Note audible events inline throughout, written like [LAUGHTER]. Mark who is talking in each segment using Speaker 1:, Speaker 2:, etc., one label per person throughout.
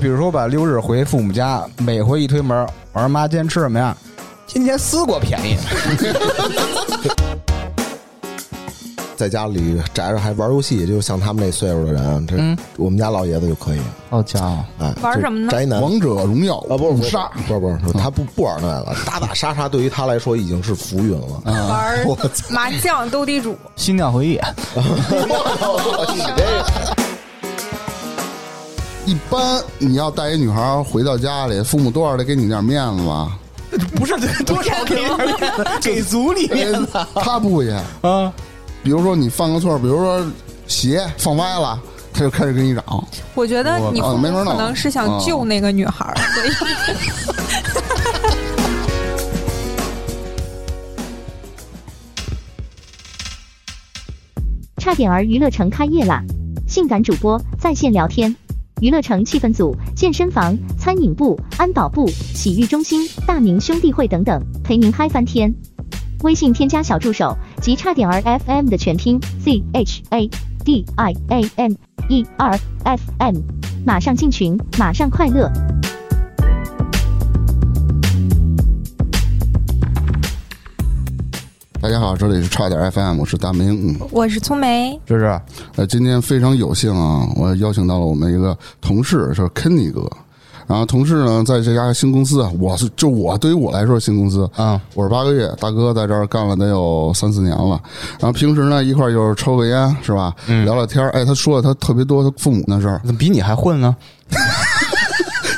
Speaker 1: 比如说吧，六日回父母家，每回一推门，我说妈，今天吃什么呀？今天丝瓜便宜。
Speaker 2: 在家里宅着还玩游戏，就像他们那岁数的人，这、我们家老爷子就可以，
Speaker 1: 好家伙，
Speaker 2: 哎，
Speaker 3: [LAUGHS] 玩
Speaker 2: 就
Speaker 3: 什么呢
Speaker 2: 宅男。
Speaker 4: 王者荣耀
Speaker 2: 啊，不是
Speaker 4: 五
Speaker 2: 不是
Speaker 4: 杀，
Speaker 2: 不是不是，他不不玩那个，打打杀杀对于他来说已经是浮云了。
Speaker 3: 玩
Speaker 4: [LAUGHS]
Speaker 3: 麻将、斗地主，
Speaker 5: 心跳回忆，
Speaker 4: 一般你要带一女孩回到家里，父母多少得给你点面子吧？
Speaker 5: 不
Speaker 1: [LAUGHS]
Speaker 5: 是多少给点面子，给足你面子
Speaker 4: 他不会，
Speaker 5: 啊！
Speaker 4: 比如说你犯个错，比如说鞋放歪了，他就开始跟你嚷。
Speaker 3: 我觉得你父
Speaker 4: 哦没
Speaker 3: 母
Speaker 4: 法弄
Speaker 3: 可能是想救那个女孩儿，所以
Speaker 6: 差点儿娱乐城开业啦！性感主播在线聊天，娱乐城气氛组、健身房、餐饮部、安保部、洗浴中心、大明兄弟会等等，陪您嗨翻天。微信添加小助手及差点儿 FM 的全拼 Z H A D I A M E R F M，马上进群，马上快乐。
Speaker 4: 大家好，这里是差点 FM，我是大明。嗯
Speaker 3: [LAUGHS] 我是粗梅，
Speaker 1: 这是
Speaker 4: 呃，今天非常有幸啊，我邀请到了我们一个同事，是 Kenny 哥。然后同事呢，在这家新公司啊，我是就我对于我来说是新公司，
Speaker 1: 啊，
Speaker 4: 我是八个月，大哥在这儿干了得有三四年了。然后平时呢，一块儿就是抽个烟，是吧？
Speaker 1: 嗯
Speaker 4: 聊聊天儿。哎，他说的他特别多他父母的事儿，
Speaker 1: 怎么比你还混呢？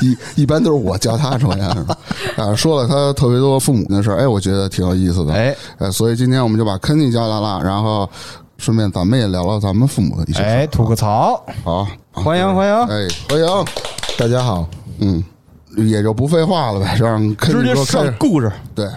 Speaker 4: 一一 [LAUGHS] 般都是我教他抽烟，是吧？啊，说了他特别多父母的事儿，哎，我觉得挺有意思的。
Speaker 1: 哎
Speaker 4: 呃，所以今天我们就把 Kenny 叫来了，然后顺便咱们也聊聊咱们父母的一些事儿。
Speaker 1: 哎，吐个槽，
Speaker 4: 好，啊
Speaker 1: 欢迎欢迎，
Speaker 4: 哎，欢迎，
Speaker 2: 大家好，
Speaker 4: 嗯，也就不废话了呗，就让 Kenny
Speaker 1: 直接
Speaker 4: 哥开
Speaker 1: 上
Speaker 4: 始。
Speaker 1: 故事。
Speaker 4: 对，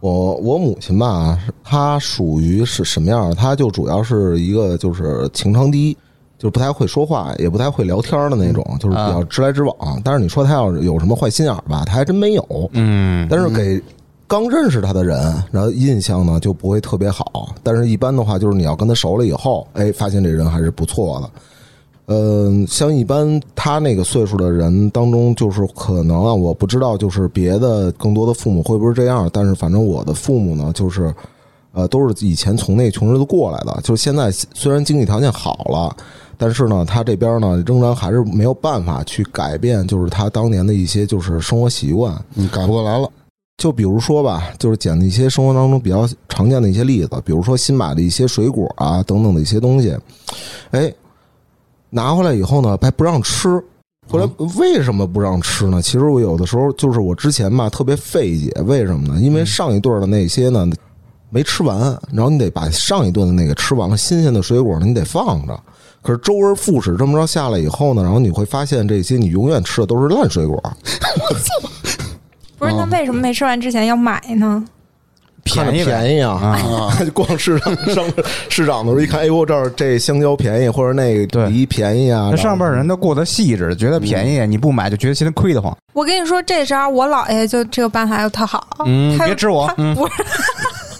Speaker 2: 我我母亲吧，她属于是什么样？她就主要是一个就是情商低，就是不太会说话，也不太会聊天的
Speaker 1: 嗯
Speaker 2: 那种，就是比
Speaker 1: 啊
Speaker 2: 较直来直往。但是你说她要是有什么坏心眼儿吧，她还真没有。
Speaker 1: 嗯，
Speaker 2: 但是给刚认识她的人，然后印象呢就不会特别好。但是一般的话，就是你要跟她熟了以后，哎，发现这人还是不错的。嗯，像一般他那个岁数的人当中，就是可能啊，我不知道，就是别的更多的父母会不会这样，但是反正我的父母呢，就是，呃，都是以前从那穷日子过来的，就是现在虽然经济条件好了，但是呢，他这边呢仍然还是没有办法去改变，就是他当年的一些就是生活习惯，
Speaker 4: 嗯，改不过来了。
Speaker 2: 就比如说吧，就是捡的一些生活当中比较常见的一些例子，比如说新买的一些水果啊等等的一些东西，哎，拿回来以后呢，还不让吃。后来为什么不让吃呢？其实我有的时候就是我之前吧特别费解，为什么呢？因为上一顿的那些呢没吃完，然后你得把上一顿的那个吃完了，新鲜的水果呢你得放着。可是周而复始这么着下来以后呢，然后你会发现这些你永远吃的都是烂水果。
Speaker 3: 不是那
Speaker 4: 啊
Speaker 3: 为什么没吃完之前要买呢？
Speaker 2: 看着
Speaker 1: 便宜呗
Speaker 2: 便宜啊！ [LAUGHS] 逛市场上市场的时候一看，哎呦，这儿这香蕉便宜，或者那个
Speaker 1: 对
Speaker 2: 梨便宜啊
Speaker 1: 那，上边人都过得细致，觉得便宜，你不买就觉得心里亏得慌。
Speaker 3: 我跟你说，这招我姥爷就这个办法又特好，
Speaker 1: 嗯
Speaker 3: 他
Speaker 1: 别指我
Speaker 3: 他
Speaker 1: 嗯
Speaker 3: 不是。 [LAUGHS]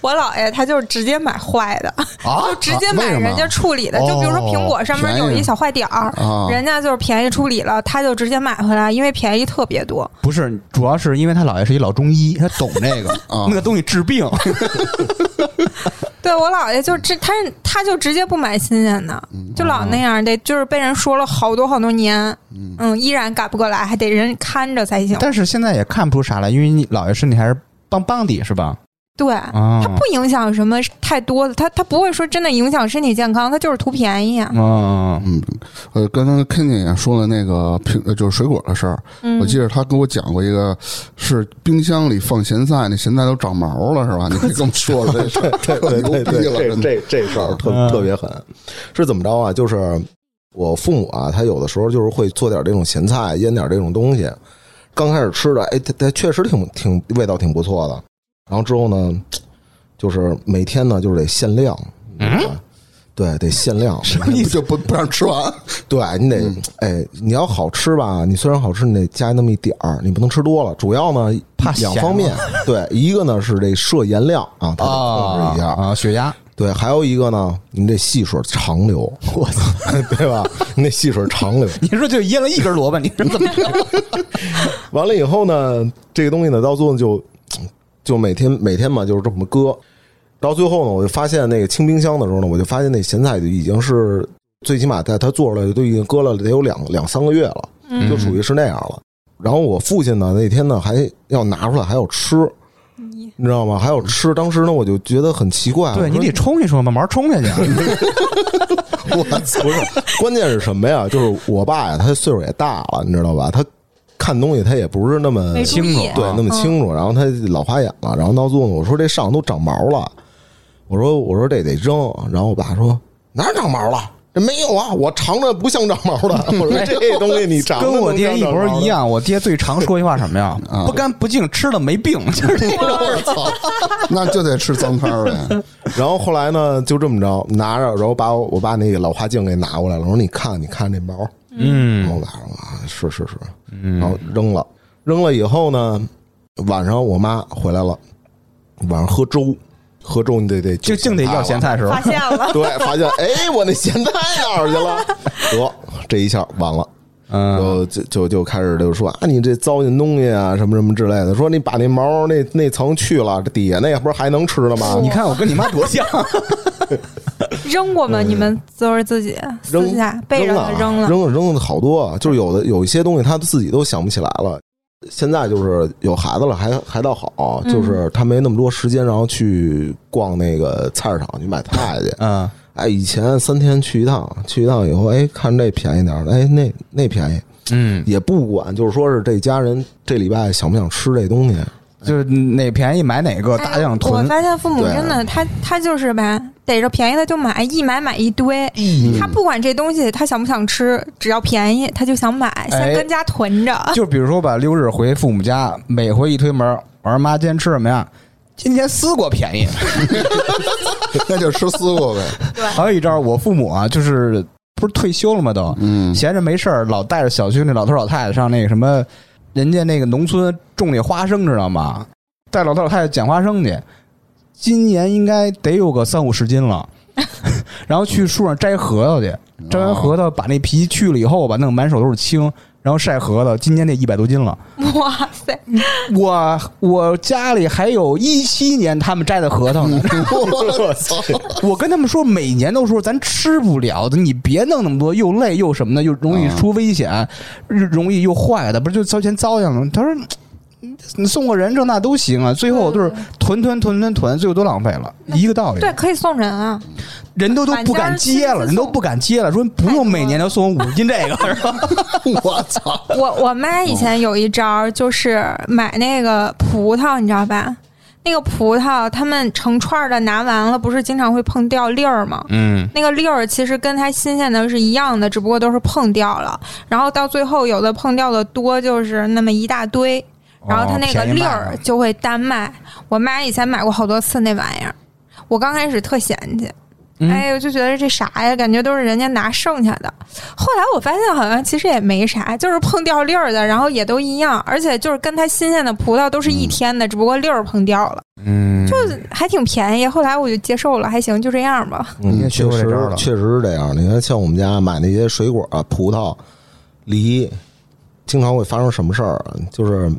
Speaker 3: 我姥爷他就是直接买坏的，
Speaker 4: 啊
Speaker 3: 就直接买
Speaker 4: 为什么
Speaker 3: 人家处理的，
Speaker 4: 哦
Speaker 3: 就比如说苹果上面有
Speaker 4: 便宜
Speaker 3: 一小坏点儿，
Speaker 4: 啊
Speaker 3: 人家就是便宜处理了，他就直接买回来，因为便宜特别多。
Speaker 5: 不是，主要是因为他姥爷是一老中医，他懂这个
Speaker 4: 啊
Speaker 5: 那个东西治病。
Speaker 3: 对我姥爷就直他他就直接不买新鲜的，就老那样得就是被人说了好多好多年，嗯，依然改不过来，还得人看着才行。
Speaker 5: 但是现在也看不出啥来，因为你姥爷身体还是棒棒的，是吧？
Speaker 3: 对，
Speaker 5: 啊
Speaker 1: 嗯
Speaker 3: 它，不影响什么太多的，它它不会说真的影响身体健康，它就是图便宜啊。
Speaker 5: 嗯，
Speaker 4: 嗯，呃，刚才 Kenny 也说了那个苹，呃就是水果的事儿。
Speaker 3: 嗯，
Speaker 4: 我记得他跟我讲过一个，是冰箱里放咸菜，那咸菜都长毛了，是吧？你可以跟我们说说这事儿，
Speaker 2: 对对对
Speaker 4: 特牛逼了
Speaker 2: 对，
Speaker 4: 真的
Speaker 2: 这这这事儿特
Speaker 5: 嗯
Speaker 2: 特别狠，是怎么着啊？就是我父母啊，他有的时候就是会做点这种咸菜，腌点这种东西。刚开始吃的，哎，它它确实挺挺味道挺不错的。然后之后呢，就是每天呢就是得限量，嗯，对，得限量，
Speaker 4: 就不不让吃完。
Speaker 2: 对你得，哎，你要好吃吧，你虽然好吃，你得加那么一点儿，你不能吃多了。主要呢，
Speaker 5: 怕
Speaker 2: 两
Speaker 5: 咸
Speaker 2: [LAUGHS] 方面，对，一个呢是这摄盐量啊，它得控制一下。
Speaker 5: 啊，血压
Speaker 2: 对，还有一个呢，你这细水长流，我操， [LAUGHS] 对吧？你那细水长流，
Speaker 1: 你说就腌了一根萝卜，你说怎么？
Speaker 2: 完了以后呢，这个东西呢，到最后就就每天每天嘛，就是这么搁。到最后呢，我就发现那个清冰箱的时候呢，我就发现那咸菜就已经是最起码在它做出来都已经搁了得有两两三个月了，
Speaker 1: [LAUGHS] 嗯
Speaker 2: 就属于是那样了。然后我父亲呢那天呢还要拿出来还要吃，
Speaker 3: 你
Speaker 2: 你知道吗？还要吃。当时呢我就觉得很奇怪，
Speaker 1: 对
Speaker 2: 我
Speaker 1: 你
Speaker 2: 说
Speaker 1: 得冲一冲，慢慢冲下去。啊
Speaker 2: 我操！不是，关键是什么呀？就是我爸呀，他岁数也大了，你知道吧？他看东西他也不是那么
Speaker 3: 没注意
Speaker 1: 清，楚啊
Speaker 2: 对那么
Speaker 1: 嗯
Speaker 2: 清楚，然后他老花眼了，然后到最后我说这上都长毛了，我说我说这得扔，然后我爸说哪儿长毛了？这没有啊，我尝着不像长毛的。我说这东西你尝着
Speaker 1: 跟我
Speaker 2: 能
Speaker 1: 爹
Speaker 2: 像
Speaker 1: 一
Speaker 2: 长
Speaker 1: 模
Speaker 2: 毛的
Speaker 1: 一。样，我爹最常说一句话什么 [LAUGHS] 呀？不干不净，吃了没病， [LAUGHS] 就是这种。
Speaker 2: 我操！
Speaker 4: 那就得吃脏摊儿呗。
Speaker 2: 然后后来呢，就这么着拿着，然后把我我把那个老花镜给拿过来了，我说你看你看这毛，然
Speaker 1: 嗯，
Speaker 2: 后晚上啊，是是是，然后扔了，扔了以后呢，晚上我妈回来了，晚上喝粥，喝粥你得得
Speaker 1: 就净得要咸
Speaker 2: 菜。
Speaker 1: 菜是
Speaker 3: 发
Speaker 1: 吧？
Speaker 3: 现了， [LAUGHS]
Speaker 2: 对，发现哎，我那咸菜哪儿去了？得，这一下完了，
Speaker 1: 嗯，
Speaker 2: 就就就就开始就说啊，你这糟践东西啊，什么什么之类的。说你把那毛那那层去了，这底下那不是还能吃了吗？
Speaker 1: [LAUGHS] 你看我跟你妈多像，
Speaker 3: 扔过吗？你们都是自己私
Speaker 2: 扔
Speaker 3: 下背着
Speaker 2: 了啊
Speaker 3: 它扔了，
Speaker 2: 扔了扔了好多，啊就是有的有一些东西他自己都想不起来了。现在就是有孩子了，还还倒好，啊
Speaker 3: 嗯
Speaker 2: 就是他没那么多时间，然后去逛那个菜市场去买菜去。
Speaker 1: [LAUGHS] 嗯，
Speaker 2: 哎，以前三天去一趟，去一趟以后，哎，看这便宜点儿，哎，那那便宜
Speaker 1: 嗯，
Speaker 2: 也不管，就是说是这家人这礼拜想不想吃这东西，
Speaker 1: 就是哪便宜买哪个，大量
Speaker 3: 哎我
Speaker 1: 囤。
Speaker 3: 发现父母
Speaker 2: 对
Speaker 3: 真的，他他就是呗，逮着便宜他就买，一买买一堆。他不管这东西他想不想吃，只要便宜他就想买，先跟家囤着。 [LAUGHS]
Speaker 1: 就比如说吧，六日回父母家，每回一推门，我说妈，今天吃什么呀？今天丝瓜便宜。
Speaker 4: 那就吃丝瓜呗。
Speaker 1: 还有一招，我父母啊，就是不是退休了吗？都
Speaker 4: 嗯，
Speaker 1: 闲着没事儿，老带着小区那老头老太太上那个什么，人家那个农村种那花生，知道吗？带老头老太太捡花生去。今年应该得有个三五十斤了， [LAUGHS] 然后去树上摘核桃去，摘完核桃把那皮去了以后吧，弄满手都是青，然后晒核桃。今年那一百多斤了，
Speaker 3: 哇塞，
Speaker 1: 我我家里还有一七年他们摘的核 [LAUGHS] 桃呢。
Speaker 2: 我操！
Speaker 1: 我跟他们说，每年都说咱吃不了的，你别弄那么多，又累又什么的，又容易出危险，又容易又坏的，不是就遭钱糟践了吗？他说。嗯你送个人这那都行啊，最后就是囤囤囤囤囤，最后都浪费了，一个道理。
Speaker 3: 对，可以送人啊！
Speaker 1: 人都都不敢接了，人都不敢接了，说不用每年都送我五十斤这个，是吧？
Speaker 4: 我操！
Speaker 3: 我我妈以前有一招儿，就是买那个葡萄，你知道吧？那个葡萄，他们成串儿的拿完了，不是经常会碰掉粒儿吗？
Speaker 1: 嗯，
Speaker 3: 那个粒儿其实跟它新鲜的是一样的，只不过都是碰掉了。然后到最后，有的碰掉的多，就是那么一大堆。然
Speaker 1: 哦
Speaker 3: 后它那个粒
Speaker 1: 啊
Speaker 3: 儿就会单卖。我妈以前买过好多次那玩意儿，我刚开始特嫌弃，
Speaker 1: 嗯
Speaker 3: 哎，我就觉得这啥呀，感觉都是人家拿剩下的。后来我发现好像其实也没啥，就是碰掉粒儿的，然后也都一样，而且就是跟它新鲜的葡萄都是一天的，只不过粒儿碰掉了，
Speaker 1: 嗯，
Speaker 3: 就是还挺便宜。后来我就接受了，还行，就这样吧。
Speaker 1: 你
Speaker 2: 嗯，
Speaker 1: 也学
Speaker 2: 确
Speaker 1: 会这
Speaker 2: 实
Speaker 1: 招了
Speaker 2: 确实是这样。你看，像我们家买那些水果、葡萄、梨，经常会发生什么事儿啊？就是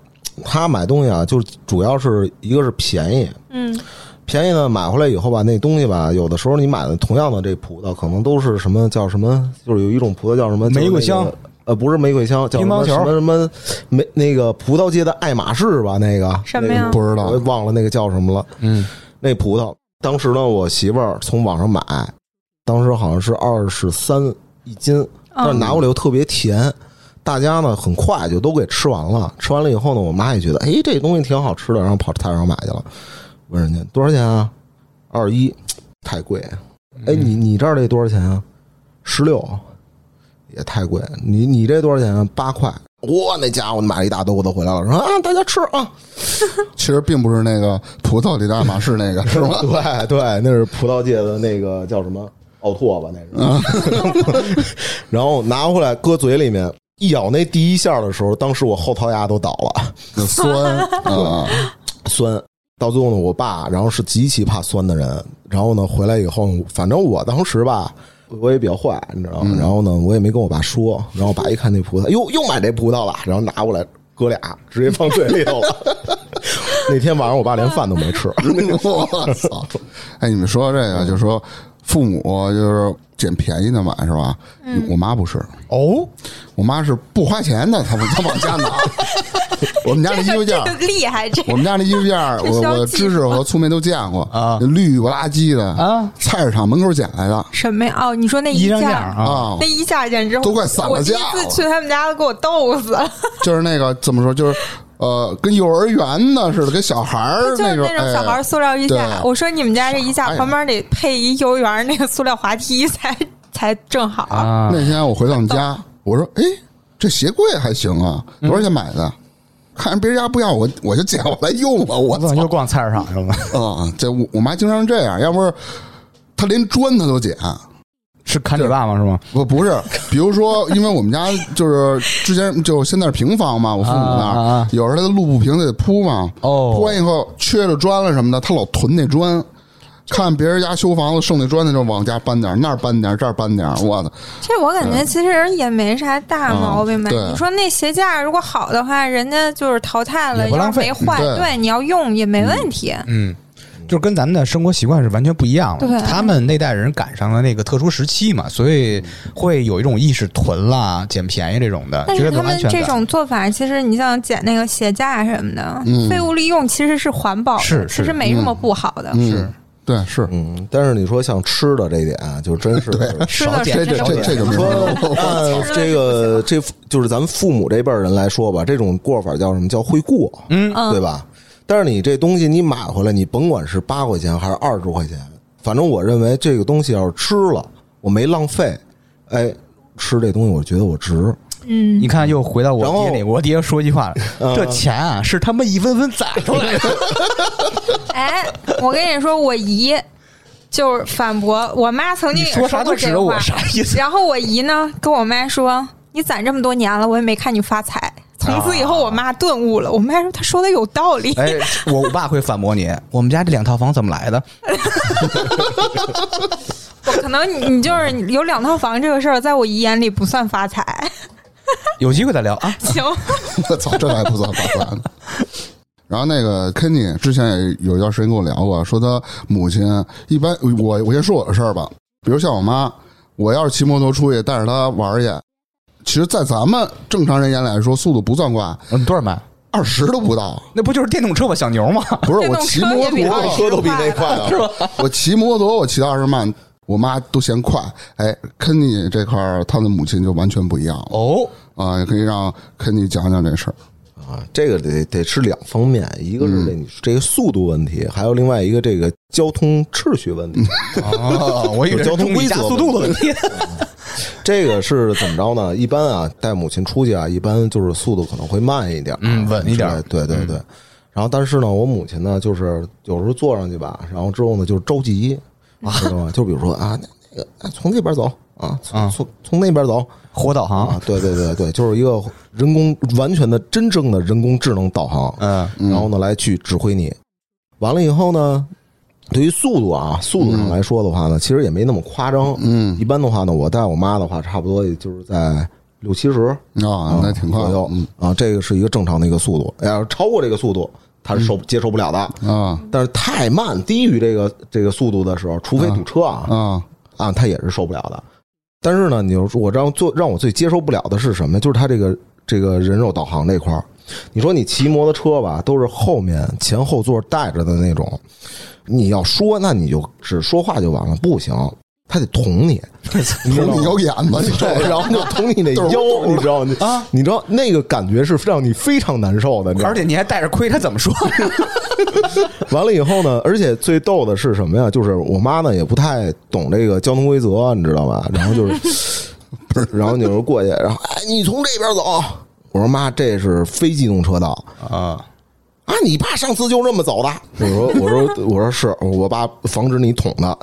Speaker 2: 他买东西啊，就是主要是一个是便宜，
Speaker 3: 嗯，
Speaker 2: 便宜呢，买回来以后吧，那东西吧，有的时候你买的同样的这葡萄，可能都是什么叫什么，就是有一种葡萄叫什么
Speaker 1: 玫瑰。
Speaker 2: 就是那
Speaker 1: 香
Speaker 2: 个呃，不是玫瑰香，叫什
Speaker 1: 乒
Speaker 2: 么
Speaker 1: 乓球
Speaker 2: 什么什么，没那个葡萄界的爱马仕吧？那个
Speaker 3: 什么呀
Speaker 2: 那个
Speaker 4: 不知道
Speaker 2: 我也啊忘了那个叫什么了。
Speaker 1: 嗯，
Speaker 2: 那葡萄当时呢，我媳妇儿从网上买，当时好像是二十三一斤，但是
Speaker 3: 嗯
Speaker 2: 拿过来又特别甜。大家呢很快就都给吃完了，吃完了以后呢，我妈也觉得，哎，这东西挺好吃的，然后跑菜市场买去了，问人家多少钱啊？二一，太贵。哎，你你这儿这多少钱啊？十六，也太贵。你你这多少钱啊？八块。哇，那家伙买了一大兜子回来了，说啊，大家吃啊，
Speaker 4: 其实并不是那个葡萄里的爱马仕那个，是吗？
Speaker 2: [LAUGHS] 对对，那是葡萄界的那个叫什么奥拓吧，那是。
Speaker 4: [LAUGHS]
Speaker 2: 然后拿回来搁嘴里面一咬，那第一下的时候，当时我后槽牙都倒了，
Speaker 4: 就酸啊，
Speaker 2: 酸。到最后呢，我爸然后是极其怕酸的人，然后呢回来以后，反正我当时吧，我也比较坏，你知道
Speaker 4: 嗯
Speaker 2: 吗？然后呢，我也没跟我爸说，然后我爸一看那葡萄，哟，又买这葡萄了，然后拿过来哥俩直接放嘴里头了。 [LAUGHS] 那天晚上我爸连饭都没
Speaker 4: [LAUGHS]
Speaker 2: 吃，
Speaker 4: 哎我操！哎，你们说到这
Speaker 3: 嗯
Speaker 4: 个，就是说父母就是捡便宜的买是吧？
Speaker 3: 嗯
Speaker 4: 我妈不是，
Speaker 1: 哦，
Speaker 4: 我妈是不 [LAUGHS] 花钱的，她她往家
Speaker 3: [LAUGHS]
Speaker 4: 拿。我们家那衣
Speaker 3: 这
Speaker 4: 服
Speaker 3: 个
Speaker 4: 架
Speaker 3: 这个，厉害，
Speaker 4: [LAUGHS]
Speaker 3: 这
Speaker 4: 我们家那衣服架，
Speaker 3: 这需要
Speaker 4: 我我
Speaker 3: 技
Speaker 4: 芝士和粗梅都见过
Speaker 1: 啊
Speaker 4: 绿不拉几的
Speaker 1: 啊，
Speaker 4: 菜市场门口捡来的
Speaker 3: 什么呀？哦，你说那
Speaker 1: 衣裳
Speaker 3: 架
Speaker 1: 架啊，
Speaker 4: 啊
Speaker 3: 那，衣架简直
Speaker 4: 都快散
Speaker 3: 我
Speaker 4: 了
Speaker 3: 第
Speaker 4: 架
Speaker 3: 一
Speaker 4: 了
Speaker 3: 次去他们家给我逗死了，
Speaker 4: 就是那个怎么说，就是呃，跟幼儿园的似的，跟小孩儿
Speaker 3: 就是
Speaker 4: 种
Speaker 3: 那种小孩儿
Speaker 4: 哎
Speaker 3: 塑料衣架。
Speaker 4: 对
Speaker 3: 我说你们家这衣
Speaker 4: 哎
Speaker 3: 架
Speaker 4: 呀
Speaker 3: 旁边得配一幼儿园那个塑料滑梯才才正好。
Speaker 1: 啊，
Speaker 4: 那天我回趟家，我说：“哎，这鞋柜还行啊，
Speaker 1: 嗯
Speaker 4: 多少钱买的？看人别人家不要，我我就捡回来用了。我
Speaker 1: 我怎么啊
Speaker 4: 操
Speaker 1: 又逛菜市场去了？
Speaker 4: 啊！这我我妈经常这样，要不是她连砖她都捡。
Speaker 1: 是砍你爸吗？是吗？
Speaker 4: 不
Speaker 1: [LAUGHS]
Speaker 4: 不是，比如说，因为我们家就是之前就现在是平房嘛，我父母那
Speaker 1: 啊啊
Speaker 4: 儿
Speaker 1: 啊
Speaker 4: 有时候他的路不平，他得铺嘛。
Speaker 1: 哦
Speaker 4: 铺完以后缺了砖了什么的，他老囤那砖。看别人家修房子剩那砖，他就往家搬点儿，那儿搬点儿，这儿搬点儿，我操！
Speaker 3: 这我
Speaker 1: 嗯
Speaker 3: 感觉其实也没啥大毛病吧。
Speaker 4: 嗯对
Speaker 3: 你说那鞋架如果好的话，人家就是淘汰了，
Speaker 1: 也不
Speaker 3: 要
Speaker 1: 浪
Speaker 3: 是
Speaker 1: 费
Speaker 3: 没坏，
Speaker 4: 对
Speaker 3: 对，你要用也没问题。
Speaker 1: 嗯，就是跟咱们的生活习惯是完全不一样的。
Speaker 3: 对
Speaker 1: 他们那代人赶上了那个特殊时期嘛，所以会有一种意识囤啦、捡便宜这种的，
Speaker 3: 但
Speaker 1: 觉
Speaker 3: 是
Speaker 1: 得有
Speaker 3: 他
Speaker 1: 安
Speaker 3: 们
Speaker 1: 全
Speaker 3: 这
Speaker 1: 感。
Speaker 3: 种做法，其实你像捡那个鞋架什么的，废物利用其实是环保的，
Speaker 1: 嗯是是
Speaker 3: 其实没什么不好的。
Speaker 4: 嗯，对，是，
Speaker 2: 嗯，但是你说像吃的这一点，啊 [LAUGHS] 就真是
Speaker 3: 吃的
Speaker 1: 少捡
Speaker 4: 这这这这就没法弄
Speaker 2: 说 [LAUGHS] 按这个这就是咱们父母这辈儿人来说吧，这种过法叫什么叫会过，嗯，对吧？但是你这东西你买回来，你甭管是八块钱还是二十块钱，反正我认为这个东西要是吃了，我没浪费，哎，吃这东西我觉得我值。
Speaker 1: 你看，又回到我
Speaker 2: 然后
Speaker 1: 爹里，我爹说一句话了：“这钱啊，是他妈一分分攒出来的。
Speaker 3: 哎，我跟你说，我姨就是反驳我妈曾”
Speaker 1: 你
Speaker 3: 经也
Speaker 1: 说啥
Speaker 3: 过
Speaker 1: 都
Speaker 3: 这
Speaker 1: 指着
Speaker 3: 话
Speaker 1: 我，，啥意思？
Speaker 3: [LAUGHS] 然后我姨呢跟我妈说：“你攒这么多年了，我也没看你发财。”从此以后，我妈顿悟了。我妈说：“她说的有道
Speaker 1: [LAUGHS]
Speaker 3: 理。
Speaker 1: 哎，我爸会反驳你，我们家这两套房怎么来的？
Speaker 3: 我可能你你就是有两套房这个事儿，在我姨眼里不算发财。
Speaker 1: 有机会再聊啊。
Speaker 3: 行，
Speaker 4: [LAUGHS] 我操，这还不算发财呢。 [LAUGHS] 然后那个 Kenny 之前也有一段时间跟我聊过，说他母亲一般，我我先说我的事儿吧。比如像我妈，我要是骑摩托出去带着她玩儿去，其实，在咱们正常人眼里来说，速度不算快，
Speaker 1: 嗯，多少买？
Speaker 4: 二十都不到。
Speaker 1: 那不就是电动车吗？小牛吗？
Speaker 4: 不是
Speaker 3: 电
Speaker 4: 我
Speaker 3: 动
Speaker 4: 骑
Speaker 3: 车
Speaker 4: 摩
Speaker 3: 也比
Speaker 4: 托，
Speaker 3: 车都比那快
Speaker 2: 啊，
Speaker 4: 我骑摩托我骑到二十慢，我妈都嫌快。哎，Kenny 这块儿，他的母亲就完全不一样了
Speaker 1: 哦，
Speaker 4: 啊、也可以让 Kenny 讲讲这事儿。
Speaker 2: 啊，这个得得是两方面，一个是这你这个速度问题，还有另外一个这个交通秩序问题。
Speaker 1: 哦，我以为
Speaker 2: 有交
Speaker 1: 是
Speaker 2: 通
Speaker 1: 中
Speaker 2: 规
Speaker 1: 你加
Speaker 2: 则
Speaker 1: 速度的问题。
Speaker 2: 这个是怎么着呢？ [LAUGHS] 一般啊，带母亲出去啊，一般就是速度可能会慢一点，啊
Speaker 1: 嗯稳一点
Speaker 2: 对对对对。然后，但是呢，我母亲呢，就是有时候坐上去吧，然后之后呢，就是着急，知道吗？就比如说啊，那那个啊从这边走啊，从
Speaker 1: 啊
Speaker 2: 从从那边走
Speaker 1: [LAUGHS] 活导航
Speaker 2: 啊，，对对对对，就是一个人工完全的真正的人工智能导航，
Speaker 1: [LAUGHS] 嗯，
Speaker 2: 然后呢来去指挥你。完了以后呢，对于速度啊，速度
Speaker 1: 嗯
Speaker 2: 上来说的话呢，其实也没那么夸张。
Speaker 4: 嗯
Speaker 2: 一般的话呢，我带我妈的话，差不多也就是在六七十
Speaker 4: 啊，那挺快
Speaker 3: 哦
Speaker 2: 左
Speaker 4: 的，
Speaker 2: 右
Speaker 4: 嗯
Speaker 2: 啊，这个是一个正常的一个速度。哎呀，超过这个速度，她是受接受不了的。
Speaker 4: 啊
Speaker 2: 但是太慢，低于这个这个速度的时候，除非堵车啊
Speaker 4: 啊，
Speaker 2: 啊，她也是受不了的。但是呢，你就说我让做让我最接受不了的是什么呢？就是它这个这个人肉导航这块儿，你说你骑摩托车吧，都是后面前后座带着的那种，你要说那你就只说话就完了，不行，他得捅你，你知道吗
Speaker 4: 你有眼子，你知道
Speaker 2: 对，[LAUGHS]
Speaker 4: 吗
Speaker 2: 然后就捅你那腰，你知道吗？
Speaker 1: 啊，
Speaker 2: 你知道那个感觉是让你非常难受的，你知
Speaker 1: [LAUGHS]
Speaker 2: 道
Speaker 1: 而
Speaker 2: 吗
Speaker 1: 且你还带着亏，他怎么说？
Speaker 2: 完了以后呢，而且最逗的是什么呀？就是我妈呢也不太懂这个交通规则，你知道吧？然后就是，不是，然后你就过去，然后哎，你从这边走。我说妈，这是非机动车道
Speaker 1: [LAUGHS] 啊，
Speaker 2: 啊！你爸上次就这么走的。我说，我说，我说是我爸防止你捅的。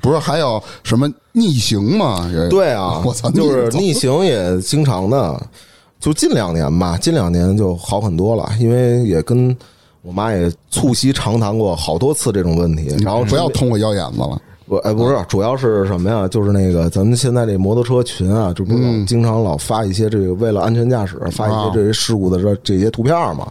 Speaker 4: 不是还有什么逆行吗？也
Speaker 2: 对啊，
Speaker 4: [LAUGHS] 我操，
Speaker 2: 就是
Speaker 4: 逆
Speaker 2: 逆行也经常的。就近两年吧，近两年就好很多了，因为也跟我妈也促膝长谈过好多次这种问题，然后
Speaker 4: 不要捅我腰眼子了。
Speaker 2: 我哎，不是，主要是什么呀？就是那个咱们现在这摩托车群啊，这不是老
Speaker 4: 嗯
Speaker 2: 经常老发一些这个为了安全驾驶发一
Speaker 4: 啊
Speaker 2: 些这些事故的这这些图片嘛，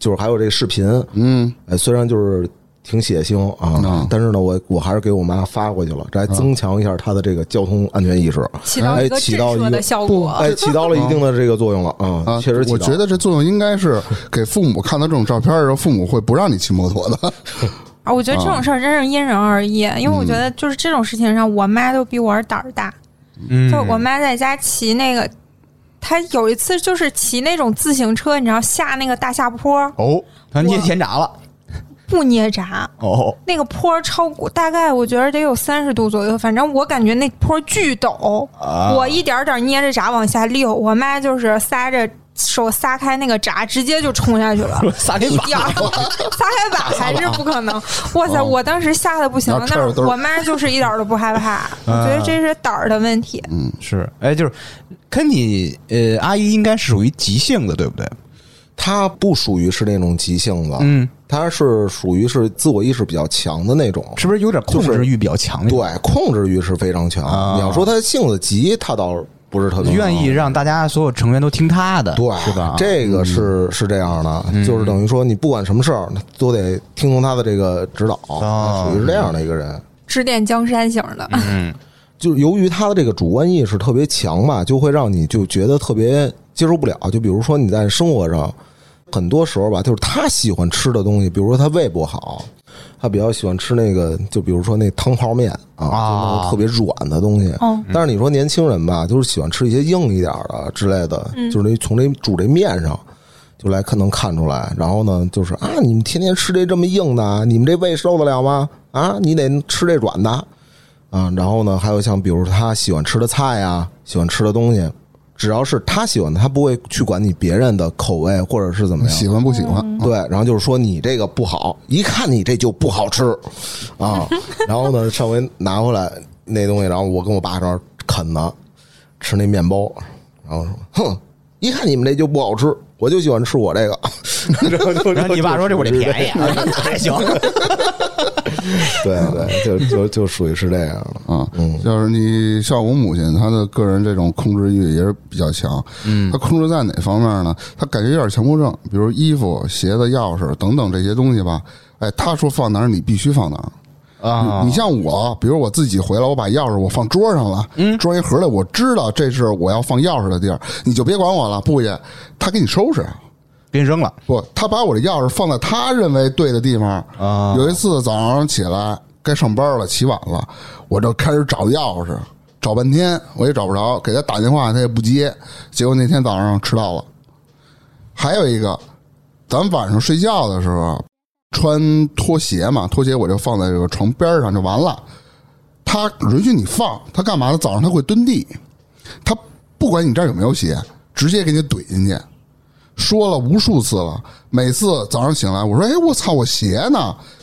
Speaker 2: 就是还有这视频，
Speaker 4: 嗯，
Speaker 2: 哎，虽然就是挺血腥啊
Speaker 4: 嗯，
Speaker 2: 但是呢，我我还是给我妈发过去了，这还增
Speaker 1: 啊
Speaker 2: 强一下她的这个交通安全意识，
Speaker 3: 起到一个
Speaker 2: 哎起
Speaker 3: 震
Speaker 2: 到一
Speaker 3: 慑
Speaker 2: 个
Speaker 3: 的效果。
Speaker 2: 哎，起到了一定的这个作用了啊，
Speaker 4: 啊，
Speaker 2: 确实起到
Speaker 4: 我
Speaker 2: 了，
Speaker 4: 觉得这作用应该是给父母看到这种照片的时候，父母会不让你骑
Speaker 2: [LAUGHS]
Speaker 4: 摩托的。
Speaker 3: 啊，我觉得这种事儿真是因人而异，因为我觉得就是这种事情上，我妈都比我儿胆儿大。
Speaker 1: 嗯
Speaker 3: 就是我妈在家骑那个，她有一次就是骑那种自行车，你知道下那个大下坡
Speaker 1: 哦，他捏
Speaker 3: 我
Speaker 1: 甜闸了
Speaker 3: 不捏闸，
Speaker 1: 哦，
Speaker 3: 那个坡超过大概我觉得得有三十度左右，反正我感觉那坡巨陡，
Speaker 1: 啊
Speaker 3: 我一点儿点儿捏着闸往下溜，我妈就是撒着手撒开那个闸，直接就冲下
Speaker 1: [LAUGHS]
Speaker 3: 去了。
Speaker 1: [LAUGHS] 撒给
Speaker 3: 一
Speaker 1: 把
Speaker 3: 点儿，撒开把还是不可能。哇
Speaker 1: 哦
Speaker 3: 塞，我当时吓得不行了，
Speaker 4: 然后
Speaker 3: 但
Speaker 4: 撤了
Speaker 3: 是
Speaker 4: 兜儿
Speaker 3: 我妈就是一点儿都不
Speaker 1: [LAUGHS]
Speaker 3: 害怕，我觉
Speaker 1: 嗯
Speaker 3: 得这是胆儿的问题。
Speaker 1: 是，哎，就是肯尼呃，阿姨应该是属于急性的，对不对？
Speaker 2: 她不属于是那种急性子，
Speaker 1: 嗯，
Speaker 2: 她是属于是自我意识比较强的那种，
Speaker 1: 是不是有点控制欲比较强的？
Speaker 2: 对，控制欲是非常强。
Speaker 1: 啊
Speaker 2: 你要说她性子急，她倒不是特别
Speaker 1: 愿意
Speaker 2: 让。
Speaker 1: 让大家所有成员都听她的，
Speaker 2: 对，
Speaker 1: 是吧？
Speaker 2: 这个是是这样的，
Speaker 1: 嗯
Speaker 2: 就是等于说你不管什么事儿，都得听从他的这个指导，
Speaker 1: 哦
Speaker 2: 属于是这样的一个人。
Speaker 3: 指点江山型的，
Speaker 1: 嗯，
Speaker 2: 就是由于他的这个主观意识特别强吧，就会让你就觉得特别接受不了。就比如说你在生活上，很多时候吧，就是他喜欢吃的东西，比如说他胃不好，他比较喜欢吃那个，就比如说那汤泡面啊，
Speaker 1: 啊
Speaker 2: 就那种特别软的东西。
Speaker 3: 哦
Speaker 2: 但是你说年轻人吧，就是喜欢吃一些硬一点的之类的，
Speaker 3: 嗯
Speaker 2: 就是那从这煮这面上。就来看能看出来，然后呢，就是啊，你们天天吃这这么硬的，啊你们这胃受得了吗？啊，你得吃这软的啊。然后呢，还有像比如他喜欢吃的菜啊，喜欢吃的东西，只要是他喜欢的，他不会去管你别人的口味或者是怎么样。
Speaker 4: 喜欢不喜欢？
Speaker 2: 对，然后就是说你这个不好，一看你这就不好吃
Speaker 4: [LAUGHS]
Speaker 2: 啊。然后呢，上回拿回来那东西，然后我跟我爸这儿啃呢，吃那面包，然后说哼，一看你们这就不好吃，我就喜欢吃我这个。 [LAUGHS]
Speaker 1: 啊然后你爸说这我这便宜啊， [LAUGHS] 还行，
Speaker 2: 对对，就就就属于是这样了。
Speaker 4: 啊，就是你像我母亲，她的个人这种控制欲也是比较强。嗯，她控制在哪方面呢？她感觉有点强迫症，比如衣服、鞋子、钥匙等等这些东西吧。哎，她说放哪儿，你必须放哪儿。
Speaker 1: 啊
Speaker 4: 你像我，比如我自己回来，我把钥匙我放桌上了，嗯，装一盒里，我知道这是我要放钥匙的地儿，你就别管我了，不也？他给你收拾，
Speaker 1: 给你扔了
Speaker 4: 不，他把我的钥匙放在他认为对的地方。
Speaker 1: 啊
Speaker 4: 有一次早上起来该上班了，起晚了，我就开始找钥匙，找半天我也找不着，给他打电话他也不接，结果那天早上迟到了。还有一个，咱晚上睡觉的时候穿拖鞋嘛，拖鞋我就放在这个床边上就完了。他允许你放，他干嘛呢？早上他会蹲地，他不管你这儿有没有鞋，直接给你怼进去。说了无数次了，每次早上醒来，我说：“哎，我操，我鞋呢？”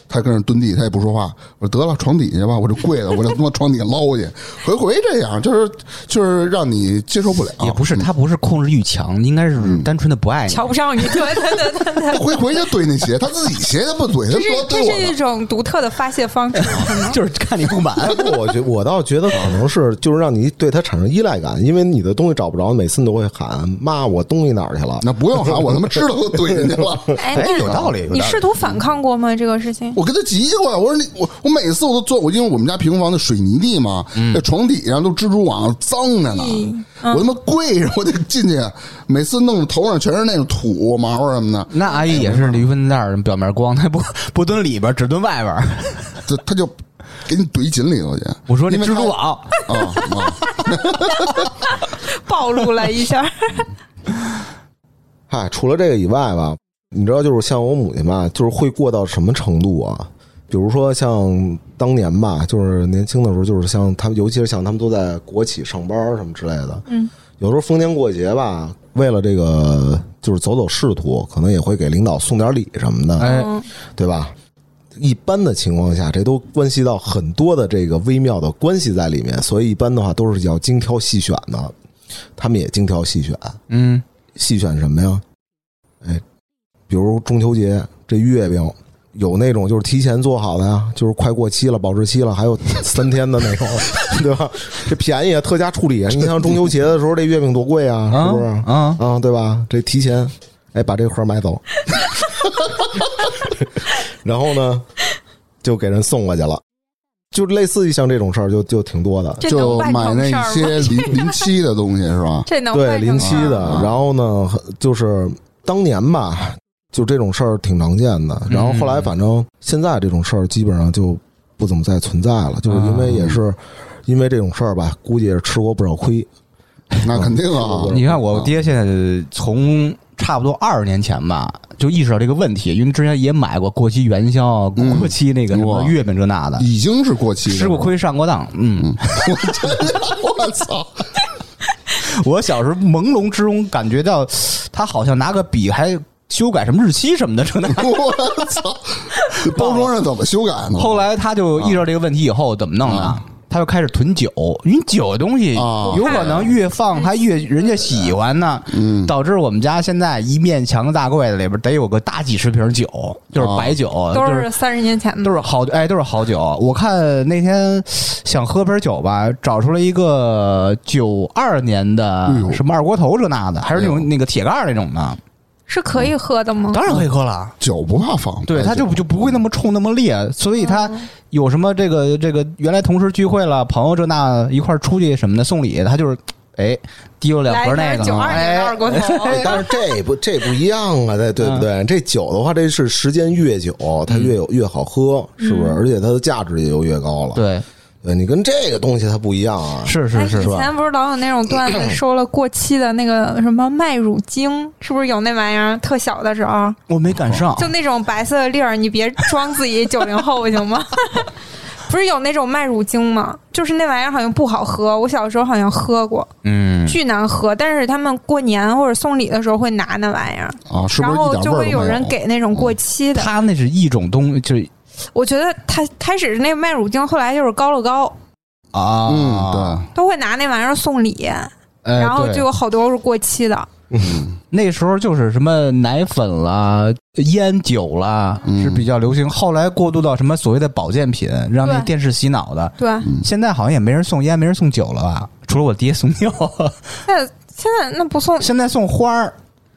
Speaker 4: 他跟那蹲地，他也不说话。我说：“得了，床底下吧。”我就跪了，我就他妈床底下捞去。回回这样，就是就是让你接受不了。
Speaker 1: 也不是，他不是控制欲强，应该是单纯的不爱你。
Speaker 3: [LAUGHS] 瞧不上你，对对对对对，
Speaker 4: 回回去怼那鞋，他自己鞋他不怼，他
Speaker 3: 这是
Speaker 4: 不
Speaker 3: 这
Speaker 4: 对我
Speaker 3: 是一种独特的发泄方式，可能
Speaker 1: 就是看你不
Speaker 2: [LAUGHS]
Speaker 1: 满，
Speaker 2: 不过我觉我倒觉得可能是就是让你对他产生依赖感，因为你的东西找不着，每次你都会喊妈，我东西哪儿去了？
Speaker 4: 那不用喊，我他妈知道我怼进去了。
Speaker 1: [LAUGHS]
Speaker 3: 哎，
Speaker 1: 哎
Speaker 3: 那
Speaker 1: 有道理有道理
Speaker 3: 你试图反抗过吗？这个事情？
Speaker 4: 我跟他急过，我说你我我每次我都钻，我因为我们家平房的水泥地嘛，
Speaker 1: 嗯
Speaker 4: 那床底上都蜘蛛网脏着呢，
Speaker 3: 嗯
Speaker 4: 我他妈跪着我得进去，每次弄得头上全是那种土毛啊什么的，
Speaker 1: 那阿姨也是驴粪蛋儿，表面光，她不不蹲里边儿，只蹲外边儿。
Speaker 4: 他他就给你怼紧里头去。
Speaker 1: 我说这
Speaker 4: 因为
Speaker 1: 蜘
Speaker 4: 他
Speaker 1: 蛛网，
Speaker 4: 啊啊，
Speaker 3: 暴露了一下，
Speaker 2: 嗨，除了这个以外吧，你知道，就是像我母亲吧，就是会过到什么程度啊？比如说像当年吧，就是年轻的时候，就是像他们，尤其是像他们都在国企上班什么之类的，
Speaker 3: 嗯，
Speaker 2: 有时候逢年过节吧，为了这个就是走走仕途，可能也会给领导送点礼什么的，
Speaker 1: 哎，
Speaker 3: 嗯，
Speaker 2: 对吧？一般的情况下，这都关系到很多的这个微妙的关系在里面，所以一般的话都是要精挑细选的，他们也精挑细选。
Speaker 1: 嗯，
Speaker 2: 细选什么呀？哎，比如中秋节这月饼，有那种就是提前做好的呀，就是快过期了、保质期了，还有三天的那种， [LAUGHS] 对吧？这便宜啊，特价处理啊！你像中秋节的时候，这月饼多贵啊，是不是？
Speaker 1: 啊啊，
Speaker 2: 啊，对吧？这提前，哎，把这盒买走，然后呢，就给人送过去了，就类似于像这种事儿，就就挺多的。
Speaker 3: [LAUGHS] 这能
Speaker 4: 就
Speaker 3: 办
Speaker 4: 买
Speaker 3: 成
Speaker 4: 那
Speaker 3: 事儿吗？
Speaker 4: 些临临期的东西是吧？
Speaker 3: [LAUGHS] 这能
Speaker 2: 对，
Speaker 3: 办成
Speaker 2: 临期
Speaker 3: 事儿
Speaker 2: 的
Speaker 3: 吗。
Speaker 2: 然后呢，就是当年吧，就这种事儿挺常见的。然后后来，反正现在这种事儿基本上就不怎么再存在了，就是因为也是因为这种事儿吧，估计也是吃过不少亏。
Speaker 4: 那肯定啊
Speaker 2: 嗯，
Speaker 1: 你看我爹现在从差不多二十年前吧，就意识到这个问题，因为之前也买过过期元宵啊、
Speaker 4: 嗯
Speaker 1: 过期那个什么
Speaker 4: 哇
Speaker 1: 月饼这那的，
Speaker 4: 已经是过期的了
Speaker 1: 吃过。亏上过当。嗯，
Speaker 4: 我操！
Speaker 1: 我小时候朦胧之中感觉到他好像拿个笔还修改什么日期什么的，这那。
Speaker 4: 我操！这包装上怎么修改呢？
Speaker 1: 后来他就意识到这个问题以后，怎么弄的？他就开始囤酒，因为酒的东西
Speaker 4: 啊
Speaker 1: 有可能越放还越人家喜欢呢，
Speaker 4: 嗯
Speaker 1: 导致我们家现在一面墙大柜子里边得有个大几十瓶酒，就是白酒，
Speaker 3: 都嗯
Speaker 1: 就是
Speaker 3: 三十年前的，
Speaker 1: 都是好，哎，都是好酒。我看那天想喝瓶酒吧，找出来一个九二年的
Speaker 4: 哎呦
Speaker 1: 什么二锅头这那的，还是那
Speaker 4: 哎
Speaker 1: 种那个铁盖儿那种的，
Speaker 3: 是可以喝的吗？
Speaker 1: 当然可以喝了。啊
Speaker 4: 酒不怕放，
Speaker 1: 对，呃他就就不会那么冲那么烈，所以
Speaker 3: 哦
Speaker 1: 他有什么这个这个原来同事聚会了，朋友这那一块儿出去什么的送礼，他就是哎提了两
Speaker 3: 来
Speaker 1: 盒
Speaker 3: 一
Speaker 1: 那个，
Speaker 3: 九二年的
Speaker 1: 哎
Speaker 3: 二，锅头，
Speaker 2: 但是这不这不一样啊，这对不对？这酒的话，这是时间越久，它越有越好喝，是不是？而且它的价值也就越高了。
Speaker 1: 对，
Speaker 2: 对，你跟这个东西它不一样啊。
Speaker 1: 是
Speaker 3: 哎，
Speaker 1: 是是
Speaker 3: 以，前不是老有那种段子收了过期的那个什么麦乳精，是不是有那玩意儿？特小的时候，
Speaker 1: 我没赶上，
Speaker 3: 就那种白色的粒儿，你别装自己九零后行吗？ [LAUGHS] 不是有那种麦乳精吗？就是那玩意儿好像不好喝，我小时候好像喝过，
Speaker 1: 嗯，
Speaker 3: 巨难喝。但是他们过年或者送礼的时候会拿那玩意儿，
Speaker 4: 啊，是不
Speaker 3: 然
Speaker 4: 是一
Speaker 3: 后
Speaker 4: 点
Speaker 3: 就
Speaker 4: 味儿
Speaker 3: 会
Speaker 4: 都
Speaker 3: 有
Speaker 4: 没啊嗯
Speaker 3: 人给那种过期的。
Speaker 1: 他那是一种东，就是
Speaker 3: 我觉得他开始是那麦乳精，后来就是高乐高，
Speaker 1: 啊，
Speaker 4: 嗯，
Speaker 3: 都会拿那玩意儿送礼，
Speaker 4: 哎
Speaker 1: 对，
Speaker 3: 然后
Speaker 1: 对
Speaker 3: 就有好多是过期的。
Speaker 1: 那时候就是什么奶粉啦、烟酒啦
Speaker 4: 嗯
Speaker 1: 是比较流行，后来过渡到什么所谓的保健品，让那
Speaker 3: 对
Speaker 1: 电视洗脑的。
Speaker 3: 对，
Speaker 4: 嗯
Speaker 1: 现在好像也没人送烟，没人送酒了吧？除了我爹送酒。
Speaker 3: 那现在那不送
Speaker 1: 现在送花儿，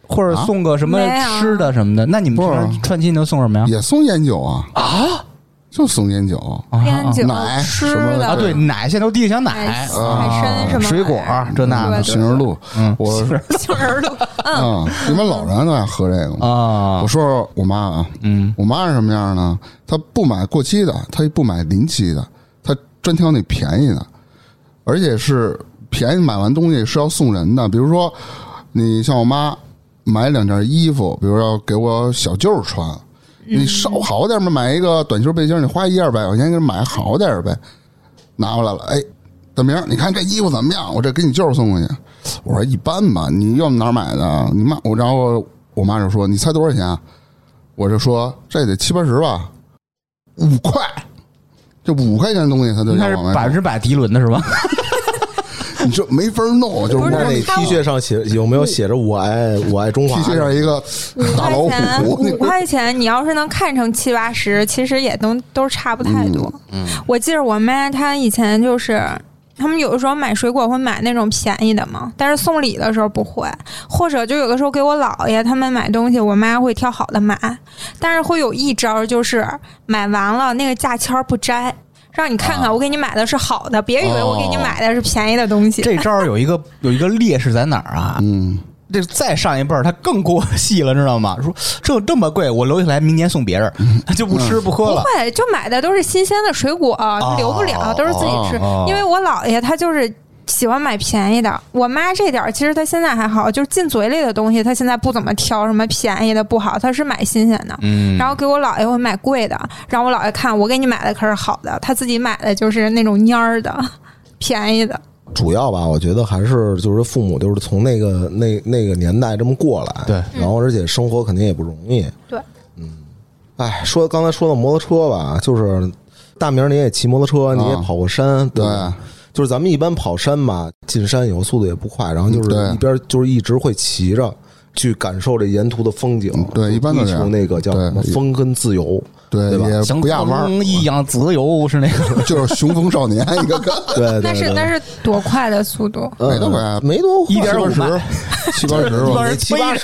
Speaker 1: 或者送个什么
Speaker 3: 没有
Speaker 1: 吃的什么的。那你们平
Speaker 4: 啊不
Speaker 1: 常
Speaker 4: 是
Speaker 1: 串亲都送什么
Speaker 4: 对，
Speaker 1: 呀？
Speaker 4: 也送烟酒啊啊，就送烟酒
Speaker 1: 啊
Speaker 3: 烟酒、
Speaker 4: 奶
Speaker 3: 吃
Speaker 4: 什么
Speaker 3: 的
Speaker 1: 啊，对，奶现在都地里想
Speaker 3: 海
Speaker 1: 奶，
Speaker 4: 啊
Speaker 3: 参哎什么
Speaker 1: 水果儿这那
Speaker 3: 对
Speaker 1: 的
Speaker 3: 对
Speaker 4: 杏仁露，
Speaker 1: 嗯
Speaker 4: 我
Speaker 3: 杏仁露，嗯，
Speaker 4: 啊，你们老人都爱喝这个吗？
Speaker 1: 啊
Speaker 4: 我，说说我妈啊，
Speaker 1: 嗯，
Speaker 4: 我妈是什么样呢？她不买过期的，她也不买临期的，她专挑那便宜的，而且是便宜买完东西是要送人的。比如说，你像我妈买两件衣服，比如要给我小舅穿，你稍好点嘛，买一个短袖背心，你花一二百块钱给她买好点儿呗，拿过来了，哎。大明儿，你看这衣服怎么样？我这给你舅送过去。我说一般吧，你要哪儿买的？你妈，我然后我妈就说：“你猜多少钱啊？”我就说这得七八十吧，五块，这五块钱的东西他就
Speaker 1: 那
Speaker 4: 要
Speaker 1: 是
Speaker 4: 往外
Speaker 1: 百分之百涤纶的
Speaker 3: [LAUGHS]
Speaker 1: 是吧？
Speaker 4: 弄，你这没法弄，就是
Speaker 3: 不是
Speaker 2: 那那
Speaker 4: 我
Speaker 2: T 恤上写有没有写着“我爱我爱中
Speaker 4: T
Speaker 2: 华”？
Speaker 4: 恤上一个
Speaker 3: 五
Speaker 4: 大老
Speaker 3: 块钱，啊
Speaker 4: 虎，
Speaker 3: 五块钱，你要是能看成七八十，其实也都都差不太多。
Speaker 4: 嗯
Speaker 3: 我记得我妈她以前就是。他们有的时候买水果会买那种便宜的嘛，但是送礼的时候不会，或者就有的时候给我姥爷他们买东西，我妈会挑好的买，但是会有一招就是买完了那个价签儿不摘，让你看
Speaker 4: 啊
Speaker 3: 看我给你买的是好的，别以为我给你买的是便宜的东西。
Speaker 1: 这招儿有一个有一个劣势在哪儿啊？
Speaker 4: 嗯，
Speaker 1: 这再上一辈儿他更过细了，知道吗？说这这么贵，我留下来明年送别人， [LAUGHS] 他就不吃不喝
Speaker 3: 不
Speaker 4: 嗯
Speaker 1: 了。
Speaker 3: 会，就买的都是新鲜的水果，
Speaker 2: 哦
Speaker 3: 留不了，都是自己吃。
Speaker 1: 哦
Speaker 3: 因为我姥爷他就是喜欢买便宜的，我妈这点儿其实她现在还好，就是进嘴里的东西她现在不怎么挑什么便宜的不好，她是买新鲜的。
Speaker 1: 嗯，
Speaker 3: 然后给我姥爷会买贵的，让我姥爷看我给你买的可是好的，他自己买的就是那种蔫儿的、便宜的。
Speaker 2: 主要吧，我觉得还是就是父母就是从那个那那个年代这么过来，
Speaker 1: 对，
Speaker 2: 然后而且生活肯定也不容易，
Speaker 3: 对，
Speaker 2: 嗯，哎，说刚才说到摩托车吧，就是大明儿你也骑摩托车，你也跑过山，
Speaker 4: [LAUGHS] 对，
Speaker 2: 吧就是咱们一般跑山吧，进山以后速度也不快，然后就是
Speaker 4: 嗯对
Speaker 2: 一边就是一直会骑着，去感受这沿途的风景，
Speaker 4: 嗯对一般都
Speaker 2: 追
Speaker 4: 这样
Speaker 2: 求那个叫什么
Speaker 4: 对
Speaker 2: 风跟自由，
Speaker 4: 对，
Speaker 2: 对吧
Speaker 4: 也
Speaker 1: 行，
Speaker 4: 不压弯儿，
Speaker 1: 一样自由是那个，
Speaker 4: 就是雄风少年一个个，
Speaker 2: 对对对，
Speaker 3: 那是那是多快的速度，
Speaker 2: 嗯
Speaker 4: 没多快啊
Speaker 2: 没多快，
Speaker 1: 一点五
Speaker 4: 七八
Speaker 1: 迈
Speaker 4: 十，七八十吧
Speaker 1: 人
Speaker 2: 七八
Speaker 1: 背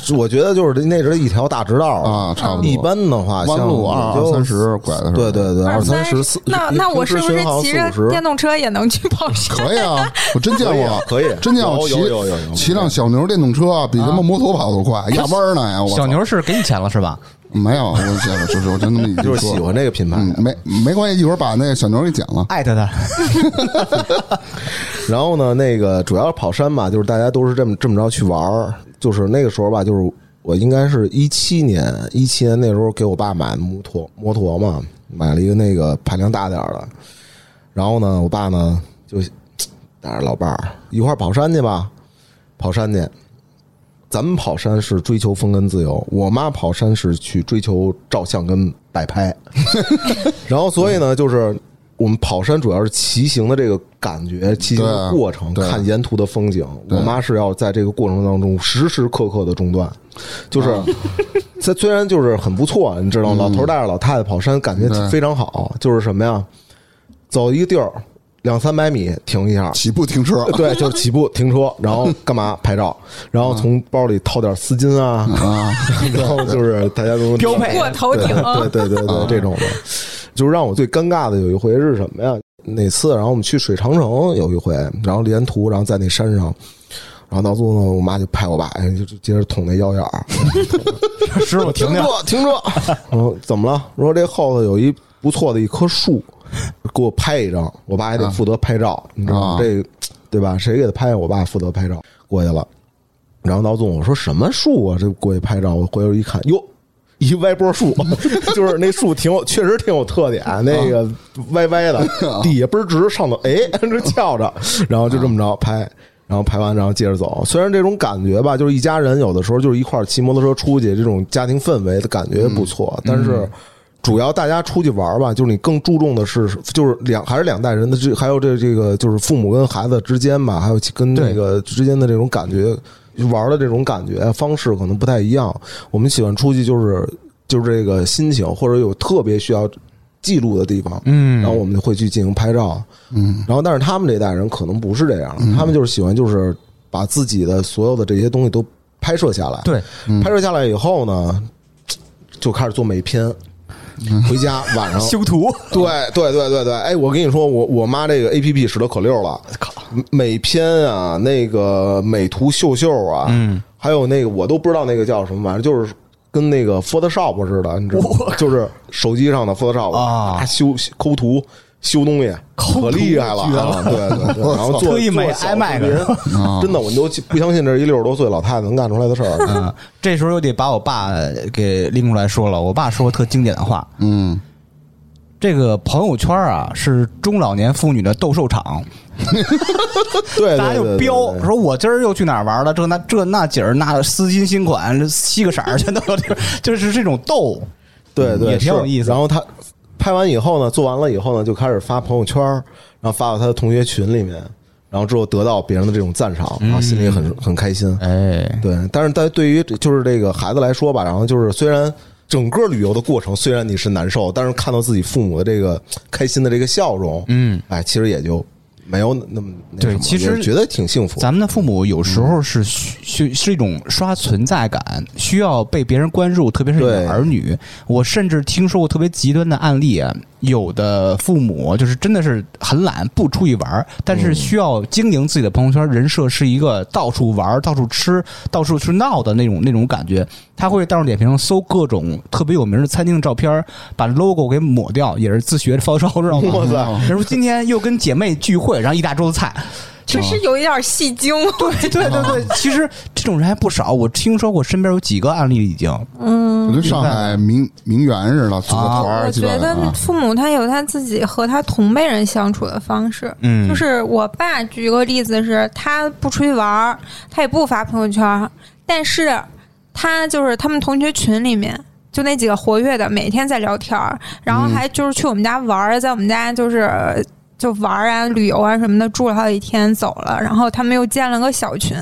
Speaker 2: 十，我觉得就是那是一条大直道
Speaker 4: 啊，差不多。
Speaker 2: 一般的话，
Speaker 4: 弯
Speaker 2: 像
Speaker 4: 路
Speaker 2: 也
Speaker 4: 二
Speaker 2: 就
Speaker 4: 二三十拐的时候，
Speaker 2: 对对对，二三十四，
Speaker 3: 那那我是不是骑着电动车也能去跑山？
Speaker 4: 可以
Speaker 2: [LAUGHS]
Speaker 4: 啊，我真见
Speaker 2: 可以
Speaker 4: 过
Speaker 2: 啊，可以
Speaker 4: 真见
Speaker 2: 有
Speaker 4: 过骑
Speaker 2: 有有有有
Speaker 4: 骑辆小牛电动车啊，比他妈摩托跑都快，
Speaker 2: [LAUGHS]
Speaker 4: 压弯儿呢呀！我操
Speaker 5: 小牛是给你钱了是吧？
Speaker 4: 没有，我见过，就是我真那么一说
Speaker 2: [LAUGHS] 就是喜欢这个品牌？
Speaker 4: 嗯，没没关系，一会儿把那个小牛给剪
Speaker 2: [LAUGHS]
Speaker 4: 了。
Speaker 1: 艾特他， [LAUGHS]
Speaker 2: 然后呢，那个主要跑山吧，就是大家都是这么这么着去玩儿。就是那个时候吧，就是我应该是一七年，一七年那时候给我爸买摩托摩托嘛，买了一个那个排量大点儿的。然后呢，我爸呢就带着老伴儿一块儿跑山去吧，跑山去。咱们跑山是追求风跟自由，我妈跑山是去追求照相跟摆
Speaker 4: [LAUGHS]
Speaker 2: 拍。然后所以呢，就是我们跑山主要是骑行的这个感觉，骑行的过程，
Speaker 4: 对
Speaker 2: 看沿途的风景。我妈是要在这个过程当中时时刻刻的中断，就是。
Speaker 4: 啊
Speaker 2: 这 [LAUGHS] 虽然就是很不错，你知道，老头带着老太太跑山，感觉
Speaker 4: 嗯对
Speaker 2: 非常好。就是什么呀，走一个地儿两三百米停一下，
Speaker 4: 起步停车，
Speaker 2: [LAUGHS] 对，就是起步停车，然后干嘛拍照，然后从包里掏点丝巾啊，
Speaker 4: 啊，
Speaker 2: [LAUGHS] 然后就是大家
Speaker 1: [LAUGHS]
Speaker 2: 都
Speaker 1: 嗯标配嗯
Speaker 3: 过头
Speaker 2: 对
Speaker 3: 顶，
Speaker 2: 对对对对，这种的，就是让我最尴尬的有一回是什么呀？哪次？然后我们去水长城有一回，然后沿途，然后在那山上，然后到最后呢，我妈就拍我爸，哎，就就接着捅那腰眼儿，
Speaker 1: 师傅停
Speaker 2: 停
Speaker 4: [LAUGHS]
Speaker 1: 停，
Speaker 2: 车，停 [LAUGHS] 车。然后怎么了？说这后头有一不错的一棵树，给我拍一张。我爸还得负责拍照，你知道吗
Speaker 4: 啊？
Speaker 2: 这对吧？谁给他拍？我爸负责拍照过去了。然后老总我说什么树啊？这过去拍照，我回头一看，哟。 [LAUGHS] 一歪脖树，就是那树挺有，确实挺有特点，那个歪歪的，底下倍儿直，上头哎 [LAUGHS] 这翘着，然后就这么着拍，然后拍完然后接着走。虽然这种感觉吧，就是一家人有的时候就是一块儿骑摩托车出去，这种家庭氛围的感觉不错，但是。主要大家出去玩儿吧，就是你更注重的是，就是两还是两代人的这，还有这这个就是父母跟孩子之间吧，还有跟那个之间的这种感觉，玩儿的这种感觉方式可能不太一样。我们喜欢出去就是就是这个心情，或者有特别需要记录的地方，
Speaker 1: 嗯
Speaker 2: 然后我们就会去进行拍照，
Speaker 4: 嗯，
Speaker 2: 然后但是他们这代人可能不是这样，他们就是喜欢就是把自己的所有的这些东西都拍摄下来，
Speaker 1: 对，
Speaker 2: 拍摄下来以后呢，就开始做美拼。
Speaker 1: 嗯
Speaker 2: 回家晚上
Speaker 1: [LAUGHS] 修图，
Speaker 2: 对对对对对，哎，我跟你说，我我妈这个 A P P 使的可溜了，靠，美篇啊，那个美图秀秀啊，
Speaker 1: 嗯，
Speaker 2: 还有那个我都不知道那个叫什么玩意儿，就是跟那个 Photoshop 似的，你知道吗？就是手机上的 Photoshop
Speaker 1: 啊
Speaker 2: 修抠图。修东西可厉害了啊，对
Speaker 1: [LAUGHS]
Speaker 2: 对对，然后做
Speaker 1: 特意买
Speaker 2: 做小
Speaker 1: iMac
Speaker 2: 视频
Speaker 4: 啊
Speaker 2: 真的，我都不相信这是一六十多岁老太太能干出来的事儿。
Speaker 1: 嗯，这时候又得把我爸给拎出来说了。我爸说过特经典的话，
Speaker 4: 嗯，
Speaker 1: 这个朋友圈啊是中老年妇女的斗兽场，
Speaker 2: 对，对
Speaker 1: 大家就
Speaker 2: 对对
Speaker 1: 飙
Speaker 2: 对
Speaker 1: 说：“我今儿又去哪儿玩了？这那这那景儿，那丝巾新款，这七个色儿全都有，就是这种斗。
Speaker 2: 对对，
Speaker 1: 也挺有
Speaker 2: 是
Speaker 1: 意思
Speaker 2: 然后他拍完以后呢，做完了以后呢，就开始发朋友圈儿，然后发到他的同学群里面，然后之后得到别人的这种赞赏，
Speaker 1: 嗯
Speaker 2: 然后心里很很开心”。
Speaker 1: 哎，
Speaker 2: 对，但是但对于就是这个孩子来说吧，然后就是虽然整个旅游的过程虽然你是难受，但是看到自己父母的这个开心的这个笑容，
Speaker 1: 嗯，
Speaker 2: 哎，其实也就没有那么那
Speaker 1: 对
Speaker 2: 什么
Speaker 1: 其实
Speaker 2: 也觉得挺幸福。
Speaker 1: 咱们的父母有时候是需是一种刷存在感，需要被别人关注，特别是你
Speaker 2: 对
Speaker 1: 的儿女。我甚至听说过特别极端的案例，有的父母就是真的是很懒，不出去玩儿，但是需要经营自己的朋友圈，人设是一个到处玩儿、到处吃、到处去闹的那种那种感觉。他会大众点评上搜各种特别有名的餐厅的照片儿，把 logo 给抹掉，也是自学的烧烧，知道吗？
Speaker 2: [LAUGHS] 哇塞
Speaker 1: 人说今天又跟姐妹聚会，然后一大桌子菜。
Speaker 3: 这是有一点戏精。
Speaker 1: 对 [LAUGHS] 对对对，其实这种人还不少，我听说过身边有几个案例已经。
Speaker 4: 就跟上海名名媛似的，组啊个团
Speaker 3: 啊我
Speaker 4: 儿，基
Speaker 3: 觉
Speaker 4: 本
Speaker 3: 得
Speaker 2: 嗯
Speaker 4: 上
Speaker 3: 父母他有他自己和他同辈人相处的方式，
Speaker 1: 嗯
Speaker 3: 就是我爸举一个例子是，他不出去玩儿，他也不发朋友圈儿，但是他就是他们同学群里面。就那几个活跃的，每天在聊天儿，然后还就是去我们家玩儿，在我们家就是就玩儿啊、旅游啊什么的，住了好几天走了，然后他们又建了个小群。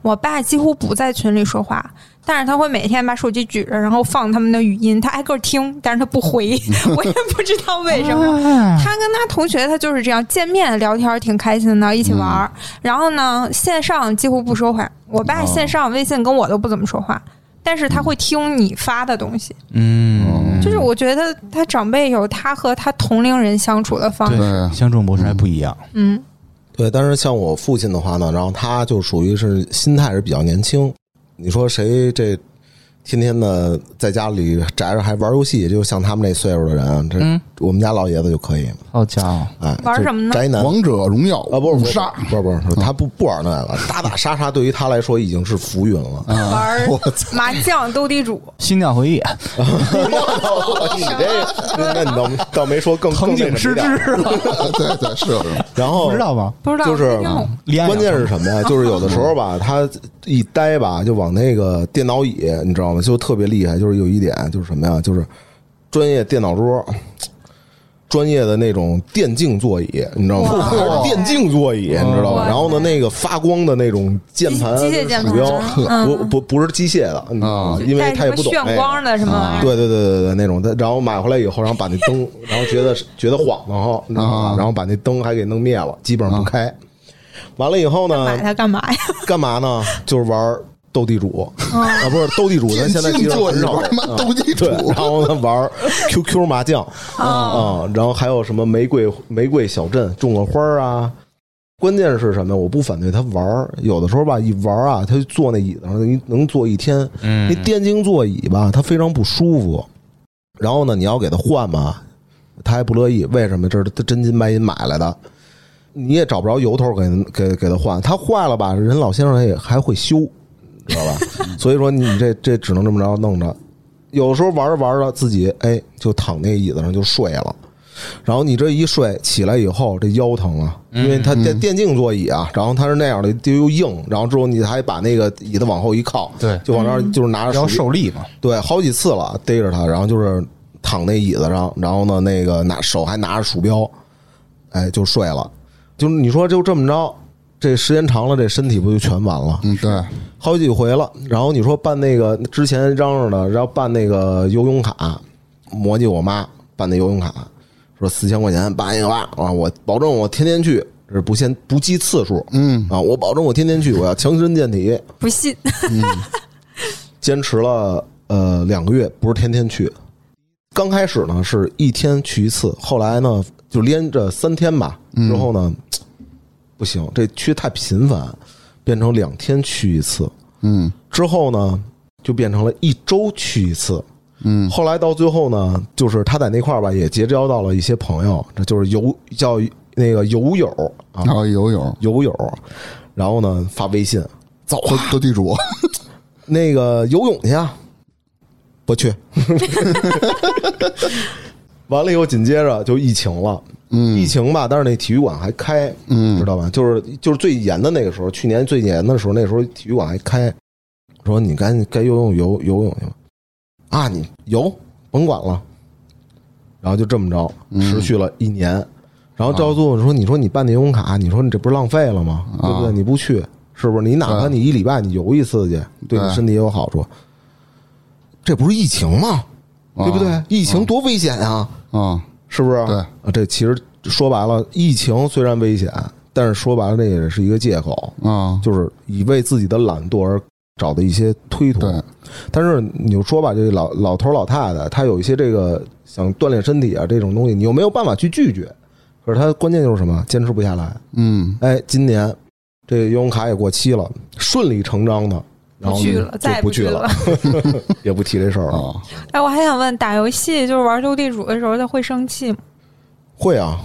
Speaker 3: 我爸几乎不在群里说话，但是他会每天把手机举着，然后放他们的语音，他挨个听，但是他不回，我也不知道为什么。
Speaker 1: 嗯
Speaker 3: 他跟他同学他就是这样，见面聊天儿挺开心的，一起玩儿。然后呢，线上几乎不说话。我爸线上微信跟我都不怎么说话，但是他会听你发的东西。
Speaker 1: 嗯，
Speaker 3: 就是我觉得他长辈有他和他同龄人相处的方式。
Speaker 4: 对，
Speaker 1: 相处模式还不一样。
Speaker 3: 嗯，
Speaker 2: 对，但是像我父亲的话呢，然后他就属于是心态是比较年轻。你说谁这天天的在家里宅着还玩游戏，就像他们这岁数的人，啊这、
Speaker 1: 嗯
Speaker 2: 我们家老爷子就可以，
Speaker 1: 好家伙，
Speaker 2: 哎，
Speaker 3: 玩
Speaker 2: 就
Speaker 3: 什么呢
Speaker 2: 宅男
Speaker 4: 王者荣耀
Speaker 2: 啊，不是
Speaker 4: 五
Speaker 2: 不是 [LAUGHS]
Speaker 4: 杀，
Speaker 2: 不是不是，不是他不不玩那个，打打杀杀对于他来说已经是浮云了。
Speaker 1: [LAUGHS]
Speaker 2: [LAUGHS]
Speaker 3: 玩麻将、斗地主，
Speaker 1: 心跳回忆，
Speaker 2: 你这个，那你倒倒没说更
Speaker 1: 藤井诗之，
Speaker 2: 诗
Speaker 4: 对对是有这 [LAUGHS] 种，
Speaker 2: 然后
Speaker 1: 不知道吗？
Speaker 3: 不知道哎
Speaker 2: 就是嗯
Speaker 3: 没用
Speaker 1: 李安
Speaker 2: 关键是什么呀？就是有的时候
Speaker 3: [LAUGHS]
Speaker 2: 吧，他一呆吧，就往那个电脑椅，你知道吗？就特别厉害。就是有一点，就是什么呀？就是专业电脑桌，专业的那种电竞座椅，你知道吗？ [LAUGHS]
Speaker 3: 哇
Speaker 2: 还是电竞座椅，你知道吗？然后呢，那个发光的那种键盘、
Speaker 3: 机械键盘
Speaker 2: 鼠标，
Speaker 3: 嗯
Speaker 2: [LAUGHS] 不不不是机械的嗯
Speaker 4: 啊
Speaker 2: 因为
Speaker 3: 带
Speaker 2: 他也
Speaker 3: 什么
Speaker 2: 不懂哎
Speaker 3: 炫
Speaker 2: 那个
Speaker 3: 光的什么玩意儿。
Speaker 2: 啊对对对对对，那种的。然后买回来以后，然后把那灯，
Speaker 3: [LAUGHS]
Speaker 2: 然后觉得觉得晃然后然后
Speaker 4: 啊
Speaker 2: 然后把那灯还给弄灭了，基本上不开。完了以后
Speaker 3: 买
Speaker 2: 呢，
Speaker 3: 它干嘛呀？
Speaker 2: 干嘛呢？就是玩斗地主啊，不是斗地主，咱
Speaker 4: 电
Speaker 2: 现在其
Speaker 4: 竞
Speaker 2: 实
Speaker 4: 座
Speaker 2: 很
Speaker 4: 椅
Speaker 2: 少
Speaker 4: 玩
Speaker 2: 玩
Speaker 4: 他妈斗地主
Speaker 2: 对，，然后呢玩 QQ 麻将啊、然后还有什么玫瑰玫瑰小镇种个花儿啊。关键是什么呀？我不反对他玩儿，啊有的时候吧，一玩儿啊，他就坐那椅子上，你能坐一天。
Speaker 1: 嗯
Speaker 2: 那电竞座椅吧，它非常不舒服。然后呢，你要给他换吧，他还不乐意。为什么？这是他真金白银买来的，你也找不着由头给给给他换。他坏了吧，人老先生也还会修，知道
Speaker 1: [LAUGHS]
Speaker 2: 吧？所以说你这这只能这么着弄着。有时候玩着玩着，自己哎就躺那椅子上就睡了。然后你这一睡起来以后，这腰疼啊，
Speaker 1: 嗯
Speaker 2: 因为它电电竞座椅啊，然后它是那样的，就又硬，然后之后你还把那个椅子往后一靠，
Speaker 4: 对
Speaker 2: 就往那儿就是拿着手
Speaker 1: 要
Speaker 2: 机
Speaker 1: 受力嘛，
Speaker 2: 对，好几次了，逮着他，然后就是躺那椅子上，然后呢，那个拿手还拿着鼠标，哎，就睡了。就是你说就这么着，这时间长了，这身体不就全完了？
Speaker 4: 嗯对，
Speaker 2: 好几回了。然后你说办那个之前嚷嚷的，然后办那个游泳卡，磨叽我妈办那游泳卡，说四千块钱办一个吧，啊，我保证我天天去，这是不限不计次数，
Speaker 4: 嗯
Speaker 2: 啊，我保证我天天去，我要强身健体。
Speaker 3: 不信，
Speaker 2: 坚持了呃两个月，不是天天去。刚开始呢是一天去一次，后来呢就连着三天吧，之后呢、嘖不行，这去太频繁，变成两天去一次，
Speaker 4: 嗯
Speaker 2: 之后呢就变成了一周去一次。
Speaker 4: 嗯
Speaker 2: 后来到最后呢，就是他在那块儿吧，也结交到了一些朋友，这就是友叫那个友友啊
Speaker 4: 然，后游泳，
Speaker 2: 友友，然后呢发微信，
Speaker 4: 走斗斗地主，
Speaker 2: 那个游泳去啊，不去。完了以后，紧接着就疫情了。 [LAUGHS] 疫
Speaker 4: 嗯
Speaker 2: 情吧，但是那体育馆还开，
Speaker 4: 嗯
Speaker 2: 知道吧？就是就是最严的那个时候，去年最严的时候，那时候体育馆还开。说你赶紧该游泳游游泳去吧，啊，你游甭管了。然后就这么着
Speaker 4: 嗯
Speaker 2: 持续了一年，然后
Speaker 4: 啊
Speaker 2: 赵总说：“你说你办那游泳卡，你说你这不是浪费了吗？对不对？你不去，是不是？你哪怕
Speaker 4: 啊对
Speaker 2: 你一礼拜你游一次去，对你
Speaker 4: 对
Speaker 2: 身体也有好处。这不是疫情吗？对不对
Speaker 4: 啊？
Speaker 2: 疫情多危险啊！
Speaker 4: 啊，
Speaker 2: 是不是？
Speaker 4: 对
Speaker 2: 啊，这其实说白了，疫情虽然危险，但是说白了，那也是一个借口，
Speaker 4: 啊，
Speaker 2: 就是以为自己的懒惰而找的一些推脱。
Speaker 4: 对，
Speaker 2: 但是你就说吧，这老老头老太太，他有一些这个想锻炼身体啊这种东西，你又没有办法去拒绝。可是他关键就是什么，坚持不下来。
Speaker 4: 嗯
Speaker 2: 哎，今年这游泳卡也过期了，顺理成章的，然后
Speaker 3: 不
Speaker 2: 呢
Speaker 3: 去了， [LAUGHS] 再也
Speaker 2: 就不
Speaker 3: 去
Speaker 2: 去了，。也不提这事儿了。
Speaker 4: [LAUGHS] 啊，
Speaker 3: 哎，我还想问，打游戏就是玩斗地主的时候，他会生气吗？
Speaker 2: 会啊，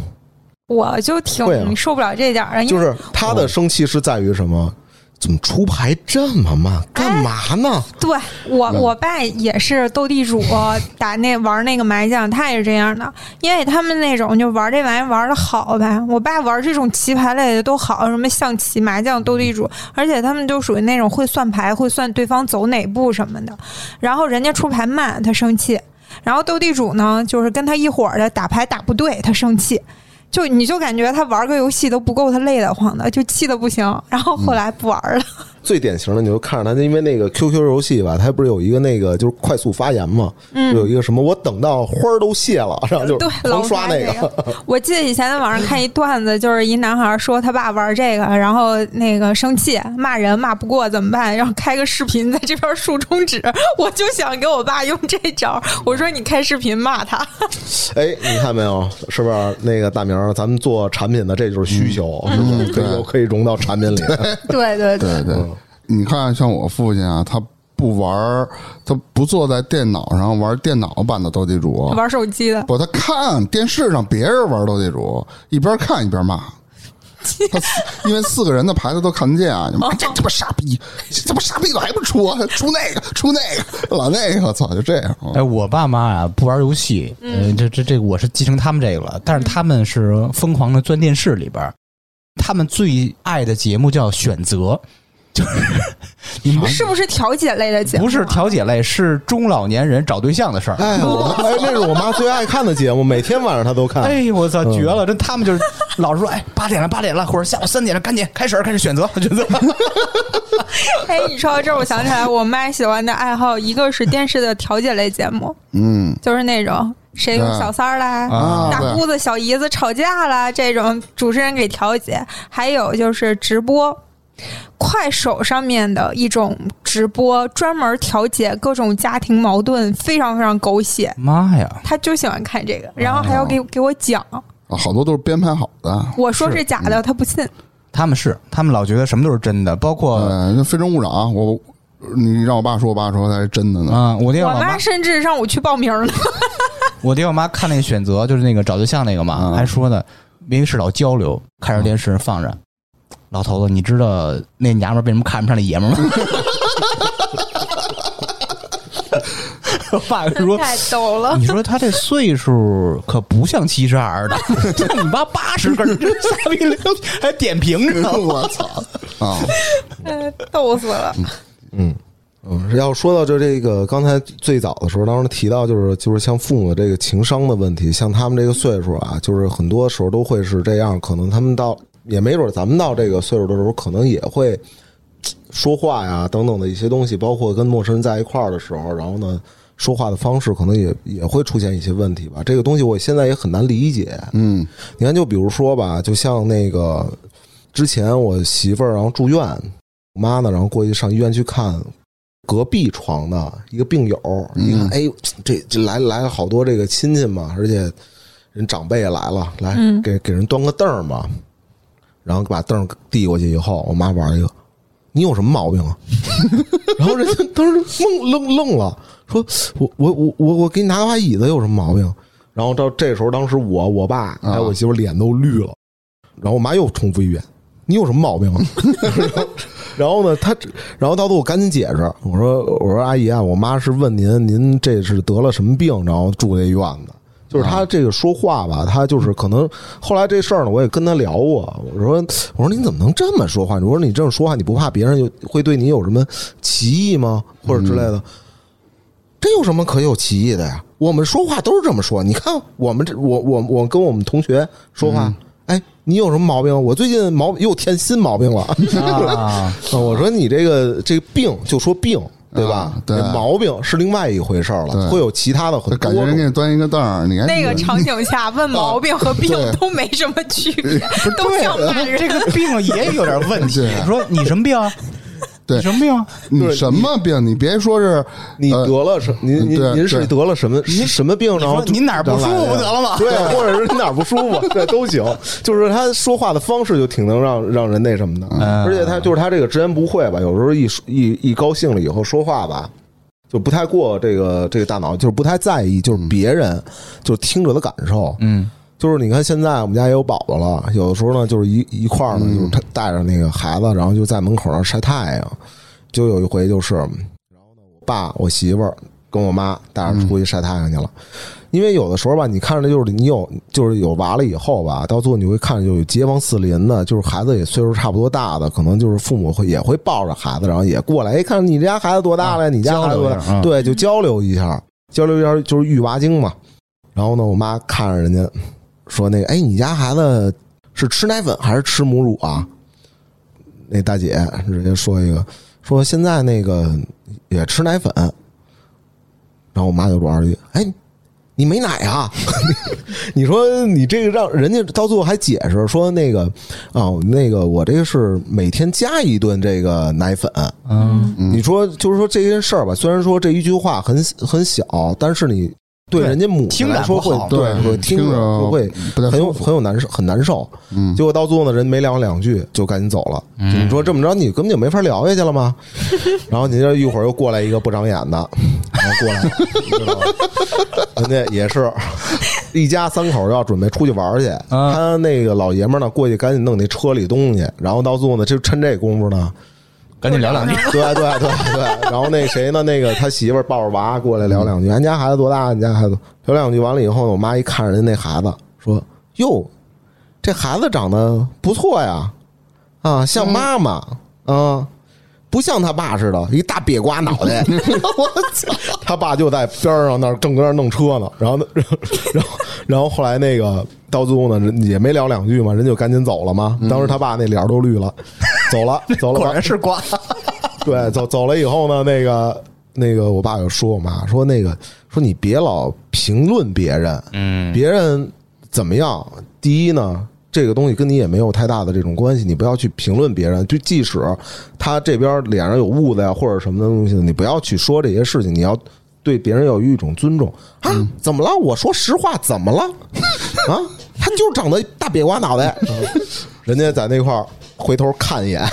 Speaker 3: 我就挺
Speaker 2: 会啊
Speaker 3: 受不了这点儿的，因
Speaker 2: 就
Speaker 3: 为
Speaker 2: 是他的生气是在于什么？怎么出牌这么慢？干嘛呢？
Speaker 3: 对我
Speaker 2: 嗯
Speaker 3: 我爸也是斗地主，打那玩那个麻将，他也是这样的。因为他们那种就玩这玩意儿玩的好吧，我爸玩这种棋牌类的都好，什么象棋、麻将、斗地主，而且他们就属于那种会算牌、会算对方走哪步什么的。然后人家出牌慢，他生气；然后斗地主呢，就是跟他一伙儿的打牌打不对，他生气。就你就感觉他玩个游戏都不够他累得慌的，就气的不行。然后
Speaker 2: 嗯
Speaker 3: 后来不玩了，
Speaker 2: 最典型的，你就看着他，因为那个 QQ 游戏吧，它不是有一个那个就是快速发言嘛，就有一个什么我等到花儿都谢了，然后就
Speaker 3: [LAUGHS] 对，
Speaker 2: 狂
Speaker 3: 老
Speaker 2: 呃刷那
Speaker 3: 这
Speaker 2: 个，
Speaker 3: [LAUGHS] 个。我记得以前在网上看一段子，就是一男孩说他爸玩这个，然后那个生气骂人骂不过怎么办？然后开个视频在这边竖中指，我就想给我爸用这招。我说你开视频骂他，
Speaker 2: 哎，你看没有？是不是那个大明儿？咱们做产品的，这就是需求，是不是？可以
Speaker 4: 对
Speaker 2: 有可以融到产品里。
Speaker 3: 对对对，
Speaker 4: 对对，你看，像我父亲啊，他不玩儿，他不坐在电脑上玩电脑版的斗地主，
Speaker 3: 玩手机的。
Speaker 4: 不，他看电视上别人玩斗地主，一边看一边骂。他四因为四个人的牌子都看得见啊！你妈这他妈傻逼，这他妈傻逼咋还不出啊？出那个，出那个，老那个，操，就这样。
Speaker 1: 哎，我爸妈呀不玩游戏，嗯，这这这个我是继承他们这个了，但是他们是疯狂的钻电视里边儿，他们最爱的节目叫《选择》，就是你们
Speaker 3: 是不是调解类的节目？啊
Speaker 1: 不是调解类，是中老年人找对象的事儿。
Speaker 2: [LAUGHS] 哎，我哎，那是我妈最爱看的节目，每天晚上她都看。
Speaker 1: 哎呦我操，绝了！这他们就是老是说，哎，八点了，八点了，或者下午三点了，赶紧开始开始选择 [LAUGHS] 选择。
Speaker 3: 哎，你说到这儿，我想起来，我妈喜欢的爱好，一个是电视的调解类节目，
Speaker 4: 嗯，
Speaker 3: 就是那种谁
Speaker 4: 对
Speaker 3: 跟小三儿啦、
Speaker 4: 啊
Speaker 3: 大
Speaker 4: 对
Speaker 3: 姑子、小姨子吵架啦这种，主持人给调解。还有就是直播，快手上面的一种直播，专门调解各种家庭矛盾，非常非常狗血。
Speaker 1: 妈呀！
Speaker 3: 他就喜欢看这个，然后还要给
Speaker 4: 哦
Speaker 3: 给我讲，
Speaker 4: 啊好多都是编排好的。
Speaker 3: 我说是假
Speaker 4: 嗯
Speaker 3: 的，他不信。
Speaker 1: 他们是，他们老觉得什么都是真的，包括啊、
Speaker 4: 呃，那《非诚勿扰》，我你让我爸说，我爸说才是真的呢。
Speaker 1: 啊我爹
Speaker 3: 我
Speaker 1: 我妈
Speaker 3: 妈，甚至让我去报名了，
Speaker 1: 我爹我妈看那个选择，就是那个找对象那个嘛，
Speaker 4: 嗯
Speaker 1: 还说呢，因为是老交流，看着电视放着。老头子，你知道那娘们儿为什么看不上那爷们儿吗？ [LAUGHS] 我爸说
Speaker 3: [LAUGHS] 太逗了。
Speaker 1: 你说哦他这岁数可不像七十二 [LAUGHS] 的，你妈八十 [LAUGHS] 根，这瞎逼聊，还点评
Speaker 2: [LAUGHS]
Speaker 1: 着
Speaker 4: 我操 [LAUGHS] 啊！
Speaker 3: 呃逗死了！
Speaker 2: 嗯，要说到就这个，刚才最早的时候，当时提到就是就是像父母这个情商的问题，像他们这个岁数啊，就是很多时候都会是这样，可能他们到也没准咱们到这个岁数的时候，可能也会嘖说话呀等等的一些东西，包括跟陌生人在一块儿的时候，然后呢。说话的方式可能也也会出现一些问题吧，这个东西我现在也很难理解。
Speaker 4: 嗯
Speaker 2: 你看，就比如说吧，就像那个之前我媳妇儿然后住院，我妈呢，然后过去上医院去看隔壁床的一个病友，
Speaker 4: 嗯
Speaker 2: 一看，哎，这这来来了好多这个亲戚嘛，而且人长辈也来了，来
Speaker 3: 嗯
Speaker 2: 给给人端个凳儿嘛，然后把凳儿递过去以后，我妈玩了一个。你有什么毛病啊？然后人家当时愣愣愣了，说：“我我我我我给你拿把椅子有什么毛病？”然后到这时候，当时我我爸还有我媳妇脸都绿了，然后我妈又重复一遍：“你有什么毛病啊？” [LAUGHS] 然后呢，他然后到最后我赶紧解释，我说我说阿姨啊，我妈是问您您这是得了什么病，然后住这院子。就是他这个说话吧，他就是可能后来这事儿呢，我也跟他聊过。我说我说你怎么能这么说话？我说你这么说话，你不怕别人有会对你有什么歧义吗？或者之类的？这有什么可有歧义的呀？我们说话都是这么说。你看我们这，我我我跟我们同学说话，哎，你有什么毛病？我最近毛又添新毛病了。
Speaker 1: [LAUGHS] 啊！
Speaker 2: 啊我说你这个这个病就说病。对吧？
Speaker 4: 啊对
Speaker 2: 这毛病是另外一回事儿
Speaker 4: 对
Speaker 2: 了，会有其他的很多
Speaker 4: 就感觉人
Speaker 2: 种
Speaker 4: 给你端一个凳儿，你还哦
Speaker 3: 那个场景下问毛病和病
Speaker 4: 对
Speaker 3: 都没什么区
Speaker 4: [LAUGHS]
Speaker 3: 别，都像骂人。
Speaker 1: 这个病也有点问题。
Speaker 4: 对
Speaker 1: 你说你什么病啊？
Speaker 4: 对
Speaker 1: 你什么病啊？
Speaker 4: 你什么病？你别说是
Speaker 2: 你
Speaker 4: 呃
Speaker 2: 得了什？您
Speaker 4: 嗯对
Speaker 2: 您您是
Speaker 4: 对
Speaker 2: 得了什么什么病？然后
Speaker 1: 说您哪儿不舒服得了吗
Speaker 2: 对，或者是你哪儿不舒服，对都行。就是他说话的方式就挺能让让人那什么的，
Speaker 1: 嗯
Speaker 2: 而且他就是他这个直言不讳吧，有时候一说一一高兴了以后说话吧。就不太过这个这个大脑，就是不太在意，就是别人就是听着的感受，
Speaker 1: 嗯，
Speaker 2: 就是你看现在我们家也有宝宝了，有的时候呢就是一一块儿呢，
Speaker 1: 嗯
Speaker 2: 就是他带着那个孩子，然后就在门口上晒太阳。就有一回就是，然后呢，我爸、我媳妇儿跟我妈带着出去晒太阳去了。因为有的时候吧，你看着就是你有就是有娃了以后吧，到最后你会看着就有街坊四邻的，就是孩子也岁数差不多大的，可能就是父母会也会抱着孩子，然后也过来，哎，看你家孩子多大了，
Speaker 1: 啊
Speaker 2: 你家孩子多大
Speaker 1: 交流一下啊
Speaker 2: 对，就交流一下，交流一下就是育娃经嘛。然后呢，我妈看着人家说那个，哎，你家孩子是吃奶粉还是吃母乳啊？那大姐直接说一个，说现在那个也吃奶粉。然后我妈就玩儿一句，哎，你没奶啊？ [LAUGHS] 你说你这个让人家到最后还解释说那个啊、那个我这个是每天加一顿这个奶粉。
Speaker 1: 嗯，
Speaker 4: 嗯
Speaker 2: 你说就是说这件事儿吧，虽然说这一句话很很小，但是你对
Speaker 1: 对
Speaker 2: 人家母亲
Speaker 1: 听着
Speaker 2: 来说会
Speaker 1: 不好
Speaker 4: 对
Speaker 2: 会
Speaker 4: 听
Speaker 2: 听着
Speaker 4: 着
Speaker 2: 会会
Speaker 4: 不太
Speaker 2: 很有
Speaker 4: 舒服。
Speaker 2: 很有难受，很难受。
Speaker 4: 嗯
Speaker 2: 结果到最后呢，人没聊两句就赶紧走了。
Speaker 5: 嗯
Speaker 2: 你说这么着，你根本就没法聊下去了吗？然后你这一会儿又过来一个不长眼的，然后过来，你知道吧？人家也是一家三口要准备出去玩去，
Speaker 1: 啊
Speaker 2: 他那个老爷们儿呢过去赶紧弄那车里东西，然后到最后呢，就趁这功夫呢，
Speaker 1: 赶紧聊两句。
Speaker 2: 对啊对对对，然后那谁呢？那个他媳妇儿抱着娃过来聊两句，俺家孩子多大？你家孩子聊两句完了以后呢，我妈一看人家那孩子，说：“哟，这孩子长得不错呀，啊，像妈妈，嗯、啊，不像他爸似的，一大瘪瓜脑袋。” [LAUGHS] 我操！他爸就在边上那儿正搁那儿 [LAUGHS] 弄车呢，然后呢，然后然后然后后来那个到最后呢，人也没聊两句嘛，人就赶紧走了嘛。当时他爸那脸儿都绿了，走了走了，
Speaker 1: 果然是瓜，
Speaker 2: [LAUGHS] 对，走走了以后呢，那个那个我爸就说我妈说那个说你别老评论别人，
Speaker 5: 嗯，
Speaker 2: 别人怎么样？第一呢，这个东西跟你也没有太大的这种关系，你不要去评论别人。就即使他这边脸上有痦子呀或者什么的东西，你不要去说这些事情，你要对别人要有一种尊重啊。怎么了？我说实话，怎么了？啊，他就是长得大瘪瓜脑袋，啊人家在那块儿回头看一眼，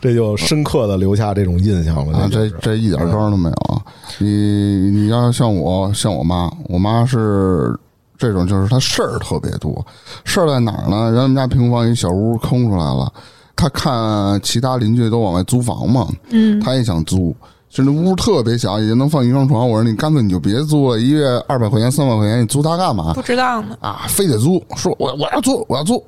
Speaker 2: 这就深刻的留下这种印象了。
Speaker 4: 啊，
Speaker 2: 这就
Speaker 4: 这
Speaker 2: 是
Speaker 4: 这一点招儿都没有啊！你你要像我，像我妈，我妈是这种，就是她事儿特别多。事儿在哪儿呢？人我们家平房一小屋空出来了，她看其他邻居都往外租房嘛，
Speaker 3: 嗯，
Speaker 4: 她也想租。就那屋特别小，也就能放一张床。我说你干脆你就别租了，一月二百块钱、三百块钱，你租它干嘛
Speaker 3: 不知道呢，
Speaker 4: 啊？非得租？说我我要租，我要租。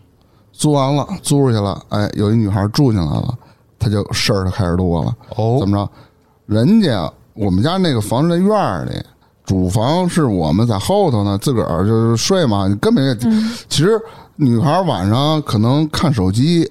Speaker 4: 租完了，租出去了，哎，有一女孩住进来了，她就事儿就开始多了。
Speaker 5: 哦
Speaker 4: 怎，么着？人家我们家那个房子在院儿里，主房是我们在后头呢，自个儿就是睡嘛，你根本也
Speaker 3: 嗯
Speaker 4: 其实女孩晚上可能看手机，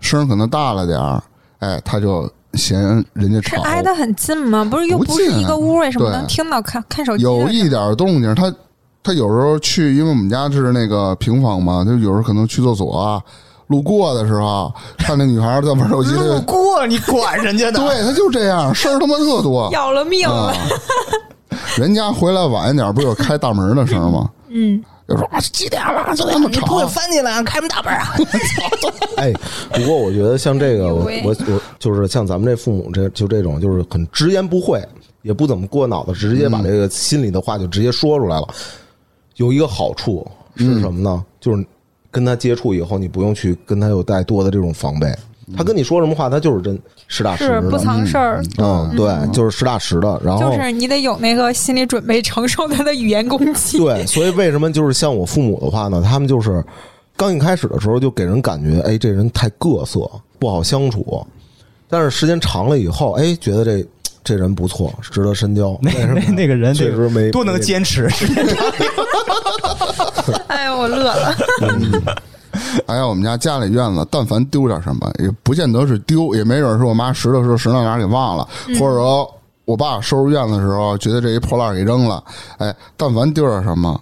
Speaker 4: 声儿可能大了点儿，哎，她就嫌人家
Speaker 3: 是
Speaker 4: 吵，
Speaker 3: 挨得很近吗？不是，又
Speaker 4: 哦不
Speaker 3: 不是
Speaker 4: 近啊
Speaker 3: 一个屋，为什么
Speaker 4: 对
Speaker 3: 能听到看看手机？
Speaker 4: 有一点儿动静，她她有时候去，因为我们家是那个平房嘛，她有时候可能去厕所啊，路过的时候啊看那女孩在玩手机，她
Speaker 1: 路
Speaker 4: 就
Speaker 1: 过你管人家的，
Speaker 4: 对，她就这样，事儿他妈
Speaker 3: [LAUGHS]
Speaker 4: 特多，
Speaker 3: 要了命
Speaker 4: 啊
Speaker 3: 了，，
Speaker 4: [LAUGHS] 人家回来晚一点，不是有开大门的声吗？
Speaker 3: 嗯，
Speaker 4: 就说啊几点了，就那么吵啊，
Speaker 5: 翻进来，开什么大门啊？
Speaker 2: 哎，不过我觉得像这个，我
Speaker 3: 哎呦
Speaker 2: 我我就是像咱们这父母这就这种，就是很直言不讳，也不怎么过脑子，直接把这个心里的话就直接说出来了。有一个好处是什么呢？就是跟他接触以后，你不用去跟他有太多的这种防备。他跟你说什么话，他就是真实打实
Speaker 3: 是不
Speaker 2: 的。
Speaker 3: 藏事儿。
Speaker 2: 嗯，对，就是实打实的。然后
Speaker 3: 就是你得有那个心理准备，承受他的语言攻击。
Speaker 2: 对，所以为什么就是像我父母的话呢？他们就是刚一开始的时候就给人感觉，哎，这人太各色，不好相处。但是时间长了以后，哎，觉得这这人不错，值得深交。
Speaker 1: 那那那个人
Speaker 2: 确实没
Speaker 1: 多能坚持，
Speaker 3: [LAUGHS] 哎呦，我乐了。
Speaker 4: [LAUGHS] 还哎有我们家家里院子，但凡丢点什么，也不见得是丢，也没准是我妈拾掇拾掇拾到哪儿给忘了，
Speaker 3: 嗯
Speaker 4: 或者说我爸收拾院子的时候觉得这一破烂儿给扔了，哎，但凡丢点什么，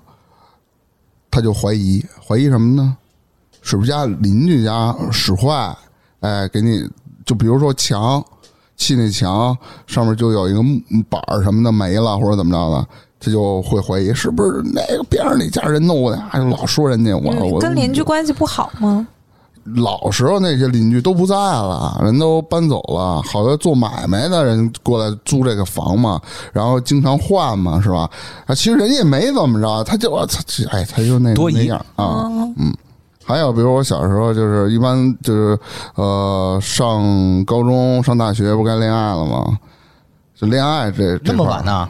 Speaker 4: 他就怀疑，怀疑什么呢？是不是家邻居家使坏？哎，给你就比如说墙，砌那墙上面就有一个木板儿什么的没了，或者怎么着的。他就会怀疑是不是哪个边上那家人弄的，哎老说人家我我
Speaker 3: 嗯跟邻居关系不好吗？
Speaker 4: 老时候那些邻居都不在了，人都搬走了，好多做买卖的人过来租这个房嘛，然后经常换嘛，是吧？啊，其实人家也没怎么着，他就 [LAUGHS] 他哎，他就那
Speaker 1: 多疑
Speaker 4: 那样啊，嗯。还有，比如我小时候就是一般就是呃，上高中、上大学不该恋爱了吗？就恋爱这
Speaker 1: 那
Speaker 4: 这
Speaker 1: 么
Speaker 4: 块儿
Speaker 1: 晚呢？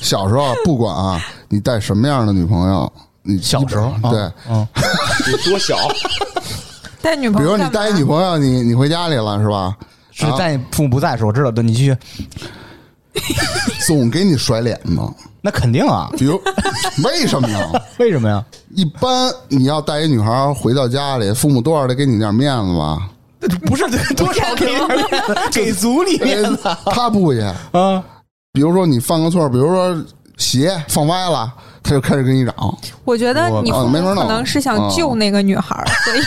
Speaker 4: 小时候啊不管啊，你带什么样的女朋友，你基
Speaker 1: 小
Speaker 4: 本
Speaker 1: 时候啊
Speaker 4: 对，
Speaker 1: 嗯，
Speaker 2: 多小，
Speaker 3: 带女
Speaker 4: 比
Speaker 3: 朋友
Speaker 4: 如
Speaker 3: 干
Speaker 4: 你
Speaker 3: 嘛，
Speaker 4: 带一女朋友，你你回家里了是吧？
Speaker 1: 是在你父母不在的时候，我知道。对，你继续。
Speaker 4: 总给你甩脸子。
Speaker 1: 那肯定啊，
Speaker 4: 比如 [LAUGHS] 为什么呢？
Speaker 1: 为什么呀？
Speaker 4: 一般你要带一女孩回到家里，父母多少得给你点面子吧？
Speaker 1: [LAUGHS] 不是多少给点面子， [LAUGHS] 给足你面子
Speaker 3: 啊
Speaker 4: 他不也？
Speaker 1: [LAUGHS] 啊！
Speaker 4: 比如说你犯个错，比如说鞋放歪了，他就开始跟你嚷。
Speaker 3: 我觉得你
Speaker 4: 啊
Speaker 3: 父
Speaker 4: 没法
Speaker 3: 母可
Speaker 4: 弄
Speaker 3: 能是想
Speaker 4: 啊
Speaker 3: 救那个女孩
Speaker 4: [LAUGHS]
Speaker 3: 儿，所以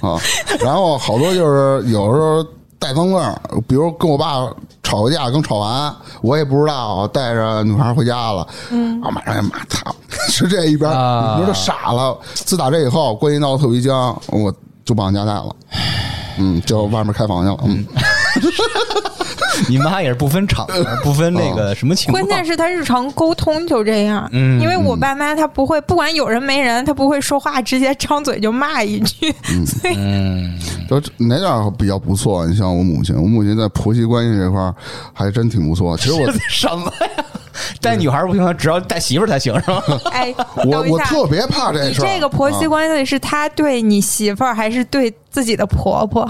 Speaker 4: 啊， [LAUGHS] 然后好多就是有时候带脏字儿，比如跟我爸吵个架，刚吵完，我也不知道，我带着女孩回家了，嗯，啊，马上骂操， [LAUGHS] 是这一边，
Speaker 1: 啊
Speaker 4: 你说他傻了。自打这以后，关系闹得特别僵，我就不往家带了，嗯，就外面开房去了，嗯，
Speaker 1: 你妈也是不分场合，不分那
Speaker 2: 哦
Speaker 1: 个什么情况
Speaker 3: 关。键是他日常沟通就这样。
Speaker 1: 嗯
Speaker 3: 因为我爸妈他不会，不管有人没人，他不会说话，直接张嘴就骂一句， [LAUGHS] 所以
Speaker 1: 嗯，
Speaker 4: [LAUGHS] 就哪点儿比较不错？你像我母亲，我母亲在婆媳关系这块儿还真挺不错。其实
Speaker 1: [LAUGHS]
Speaker 4: 我
Speaker 1: 什么呀？带女孩不行，只要带媳妇儿才行，是吗？
Speaker 3: [LAUGHS] 哎，
Speaker 4: 我
Speaker 3: 等一
Speaker 4: 我
Speaker 3: 下
Speaker 4: 特别怕这
Speaker 3: 你
Speaker 4: 事儿。
Speaker 3: 这个婆媳
Speaker 4: 啊
Speaker 3: 关系是他对你媳妇儿还是对自己的婆婆？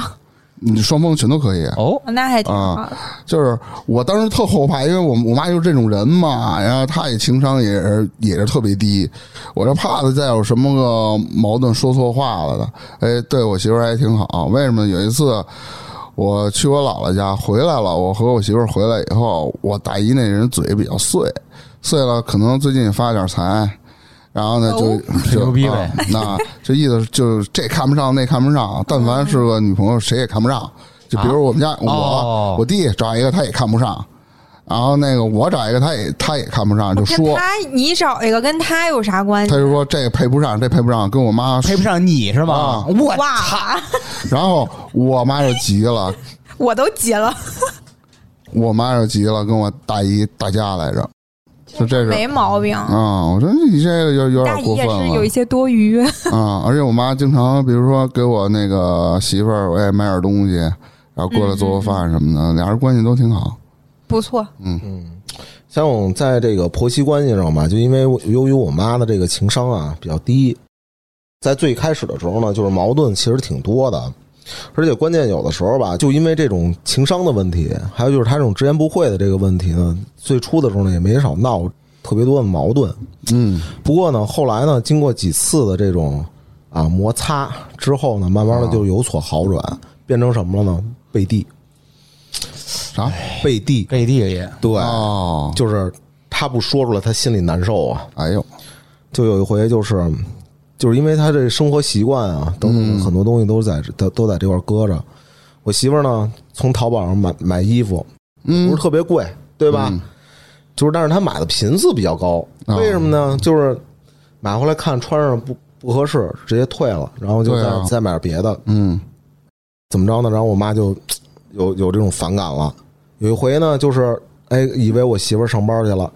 Speaker 4: 你双方全都可以。
Speaker 1: 哦，
Speaker 3: 那还挺好
Speaker 4: 啊
Speaker 3: 的。
Speaker 4: 就是我当时特后怕，因为我我妈就是这种人嘛，然后她也情商也是也是特别低，我就怕她再有什么个矛盾说错话了的。哎，对我媳妇儿还挺好，为什么？有一次我去我姥姥家回来了，我和我媳妇儿回来以后，我大姨那人嘴比较碎，碎了可能最近也发点财。然后呢，就
Speaker 3: 哦
Speaker 4: 就
Speaker 1: 牛逼呗
Speaker 4: 啊那这意思就是这看不上那看不上，但凡是个女朋友，谁也看不上。就比如我们家我、
Speaker 1: 哦
Speaker 4: 我弟找一个他也看不上，然后那个我找一个他也他也看不上，就
Speaker 3: 跟
Speaker 4: 说
Speaker 3: 他你找一个跟他有啥关
Speaker 4: 他
Speaker 3: 系？
Speaker 4: 就说这配不上，这配不上，跟我妈说
Speaker 1: [LAUGHS] 配不上你是吗
Speaker 4: 啊？
Speaker 1: 我操！
Speaker 3: 哇，
Speaker 4: 然后哎我妈就急了，
Speaker 3: 我都急了，
Speaker 4: 我妈就急了，跟我大姨打架来着，就这
Speaker 3: 没
Speaker 4: 是
Speaker 3: 毛病。
Speaker 4: 啊，我说你这个有有
Speaker 3: 大
Speaker 4: 点
Speaker 3: 姨
Speaker 4: 过
Speaker 3: 也
Speaker 4: 分
Speaker 3: 是有
Speaker 4: 了
Speaker 3: 一些多余，
Speaker 4: 啊，而且我妈经常比如说给我那个媳妇儿，我也买点东西，然后过来做做饭什么的，俩人关系都挺好。
Speaker 3: 不错。
Speaker 2: 像我在这个婆媳关系上吧，就因为我由于我妈的这个情商啊比较低，在最开始的时候呢，就是矛盾其实挺多的，而且关键有的时候吧，就因为这种情商的问题，还有就是她这种直言不讳的这个问题呢，最初的时候呢也没少闹特别多的矛盾。
Speaker 4: 嗯，
Speaker 2: 不过呢，后来呢，经过几次的这种啊摩擦之后呢，慢慢的就有所好转，变成什么了呢？背地，
Speaker 4: 啥？
Speaker 2: 背地，
Speaker 1: 背地里，
Speaker 2: 对，
Speaker 4: 哦，
Speaker 2: 就是他不说出来，他心里难受啊。
Speaker 4: 哎呦，
Speaker 2: 就有一回就是，就是因为他这生活习惯啊，等等很多东西都在都都在这块搁着。我媳妇儿呢，从淘宝上买买衣服，
Speaker 4: 嗯
Speaker 2: 不是特别贵，对吧？
Speaker 4: 嗯
Speaker 2: 就是但是她买的频次比较高，
Speaker 4: 哦
Speaker 2: 为什么呢？就是买回来看穿上不不合适，直接退了，然后就
Speaker 4: 对
Speaker 2: 再、
Speaker 4: 啊
Speaker 2: 再买别的，
Speaker 4: 嗯
Speaker 2: 怎么着呢？然后我妈就有有这种反感了。有一回呢，就是哎，以为我媳妇儿上班去了，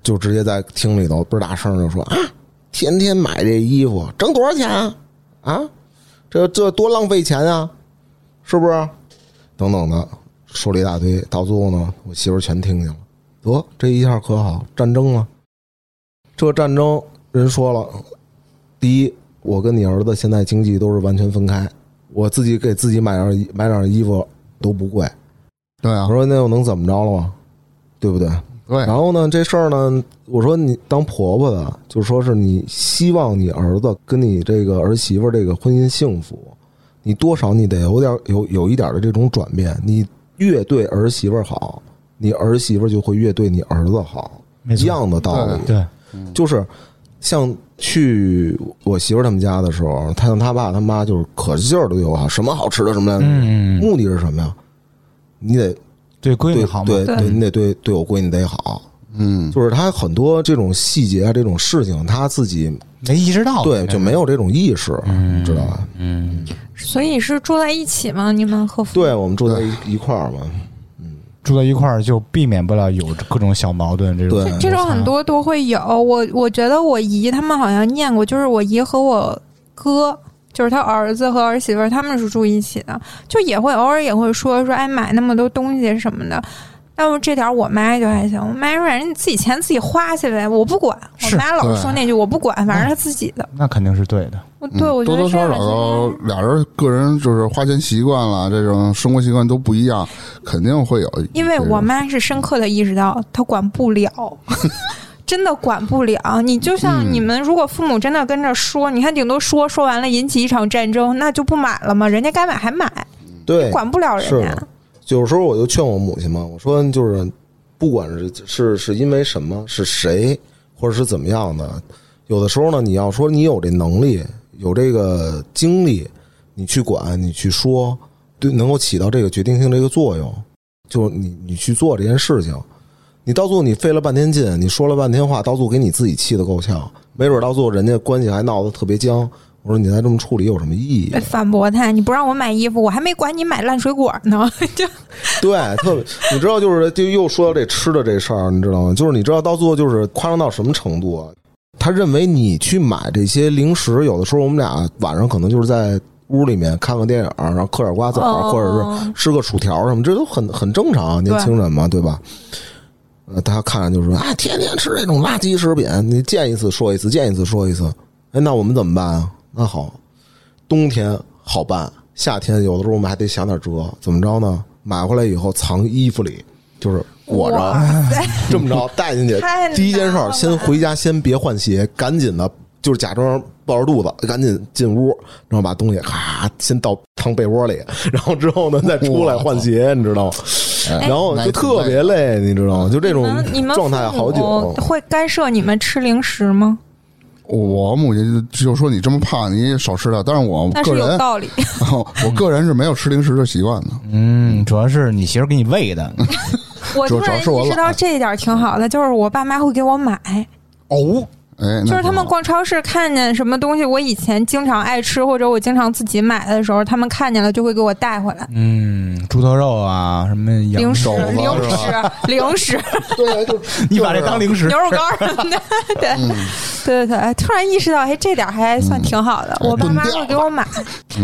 Speaker 2: 就直接在厅里头倍儿大声就说啊，天天买这衣服挣多少钱啊？啊，这这多浪费钱啊，是不是？等等的，说了一大堆。到最后呢，我媳妇儿全听见了，得这一下可好，战争了。这战争人说了，第一，我跟你儿子现在经济都是完全分开，我自己给自己买点买点衣服都不贵。
Speaker 4: 对啊
Speaker 2: 我，说那又能怎么着了吗？对不对？
Speaker 4: 对啊
Speaker 2: 然后呢，这事儿呢，我说你当婆婆的，就说是你希望你儿子跟你这个儿媳妇儿这个婚姻幸福，你多少你得有点有有一点的这种转变。你越对儿媳妇儿好，你儿媳妇儿就会越对你儿子好，
Speaker 1: 没
Speaker 2: 一样的道理。
Speaker 1: 对，
Speaker 2: 就是像去我媳妇儿他们家的时候，他像他爸他妈就是可劲儿的对我好，什么好吃的什么来着，
Speaker 1: 嗯，
Speaker 2: 目的是什么呀？你得
Speaker 1: 对闺女
Speaker 2: 对
Speaker 1: 好嘛，
Speaker 2: 对
Speaker 3: 对
Speaker 2: 对，你得对对我闺女得好，
Speaker 4: 嗯，
Speaker 2: 就是他很多这种细节啊，这种事情他自己
Speaker 1: 没意识到，
Speaker 2: 对就没有这种意识，你知道吧？
Speaker 1: 嗯，
Speaker 3: 所以是住在一起吗？你们和父母
Speaker 2: 对，我们住在一一块儿嘛，
Speaker 1: 住在一块儿就避免不了有各种小矛盾这种。
Speaker 4: 嗯
Speaker 2: 对
Speaker 3: 这种很多都会有。我我觉得我姨他们好像念过，就是我姨和我哥，就是他儿子和儿媳妇儿，他们是住一起的，就也会偶尔也会说说，哎，买那么多东西什么的。但是这点儿我妈就还行，我妈说反正你自己钱自己花去呗，我不管。我
Speaker 1: 是
Speaker 3: 妈老是
Speaker 4: 对
Speaker 3: 说那句我不管，反正她自己的。
Speaker 1: 那肯定是对的，
Speaker 3: 我对，我觉
Speaker 4: 多
Speaker 3: 得
Speaker 4: 嗯
Speaker 3: 这
Speaker 4: 多少
Speaker 3: 样
Speaker 4: 少都
Speaker 3: 是
Speaker 4: 俩人个人就是花钱习惯了，这种生活习惯都不一样，肯定会有。
Speaker 3: 因为我妈是深刻的意识到她管不了，真的管不了。你就像
Speaker 4: 嗯
Speaker 3: 你们，如果父母真的跟着说，你看顶多说说完了引起一场战争，那就不买了吗？人家该买还买，
Speaker 2: 对，
Speaker 3: 管不了
Speaker 2: 是
Speaker 3: 人家
Speaker 2: 的。有时候我就劝我母亲嘛，我说就是，不管是是是因为什么，是谁，或者是怎么样的，有的时候呢，你要说你有这能力，有这个精力，你去管，你去说，对，能够起到这个决定性这个作用，就是你你去做这件事情，你到最后你费了半天劲，你说了半天话，到最后给你自己气得够呛，没准到最后人家关系还闹得特别僵。我说你再这么处理有什么意义？啊
Speaker 3: 反驳她，你不让我买衣服，我还没管你买烂水果呢。就
Speaker 2: [LAUGHS] 对，特别，你知道，就是就又说到这吃的这事儿，你知道吗？就是你知道到最后就是夸张到什么程度啊？他认为你去买这些零食，有的时候我们俩晚上可能就是在屋里面看个电影儿，然后嗑点瓜子儿，
Speaker 3: 哦
Speaker 2: 或者是吃个薯条什么，这都很很正常，啊年轻人嘛，对吧？呃，他看着就说啊，天天吃这种垃圾食品，你见一次说一次，见一次说一次。哎，那我们怎么办啊？那好，冬天好办，夏天有的时候我们还得想点辙，怎么着呢？买回来以后藏衣服里，就是
Speaker 3: [LAUGHS]
Speaker 2: 裹着，这么着带进去
Speaker 3: 太。
Speaker 2: 第一件事
Speaker 3: 难
Speaker 2: 儿，
Speaker 3: 了
Speaker 2: 先回家，先别换鞋，赶紧的，就是假装抱着肚子，赶紧进屋，然后把东西咔先倒躺被窝里，然后之后呢再出来换鞋，你知道吗？然后就特别累，你知道吗？就这
Speaker 3: 哎你
Speaker 2: 种
Speaker 3: 们你们
Speaker 2: 状态好
Speaker 3: 父母
Speaker 2: 久。
Speaker 3: 会干涉你们吃零食吗？
Speaker 4: 我母亲就就说你这么胖，你也少吃点。但是我
Speaker 3: 那
Speaker 4: 个
Speaker 3: 是有
Speaker 4: 人，
Speaker 3: 道理。
Speaker 4: [LAUGHS] 我个人是没有吃零食的习惯的。
Speaker 1: 嗯，主要是你媳妇给你喂的。
Speaker 3: 我
Speaker 4: 主
Speaker 3: 突
Speaker 4: 要主要
Speaker 3: 然
Speaker 4: 是我
Speaker 3: 意识
Speaker 4: 懒
Speaker 3: 到这一点挺好的，就是我爸妈会给我买。
Speaker 1: 哦，
Speaker 4: 哎，那
Speaker 3: 就是他
Speaker 4: 挺
Speaker 3: 们
Speaker 4: 好
Speaker 3: 逛超市看见什么东西，我以前经常爱吃，或者我经常自己买的时候，他们看见了就会给我带回来。
Speaker 1: 嗯，猪头肉啊，什么羊
Speaker 3: 零食、
Speaker 1: 肘子
Speaker 3: 零
Speaker 1: 是吧
Speaker 3: 食、零
Speaker 4: [LAUGHS]
Speaker 3: 食、
Speaker 2: 对，啊就
Speaker 1: 你把这当零食
Speaker 3: 牛，肉干儿什么的，对对对对。突然意识到，哎，这点儿还算挺好的，
Speaker 4: 嗯嗯
Speaker 3: 我爸妈会
Speaker 4: 炖掉嗯
Speaker 3: 给我买。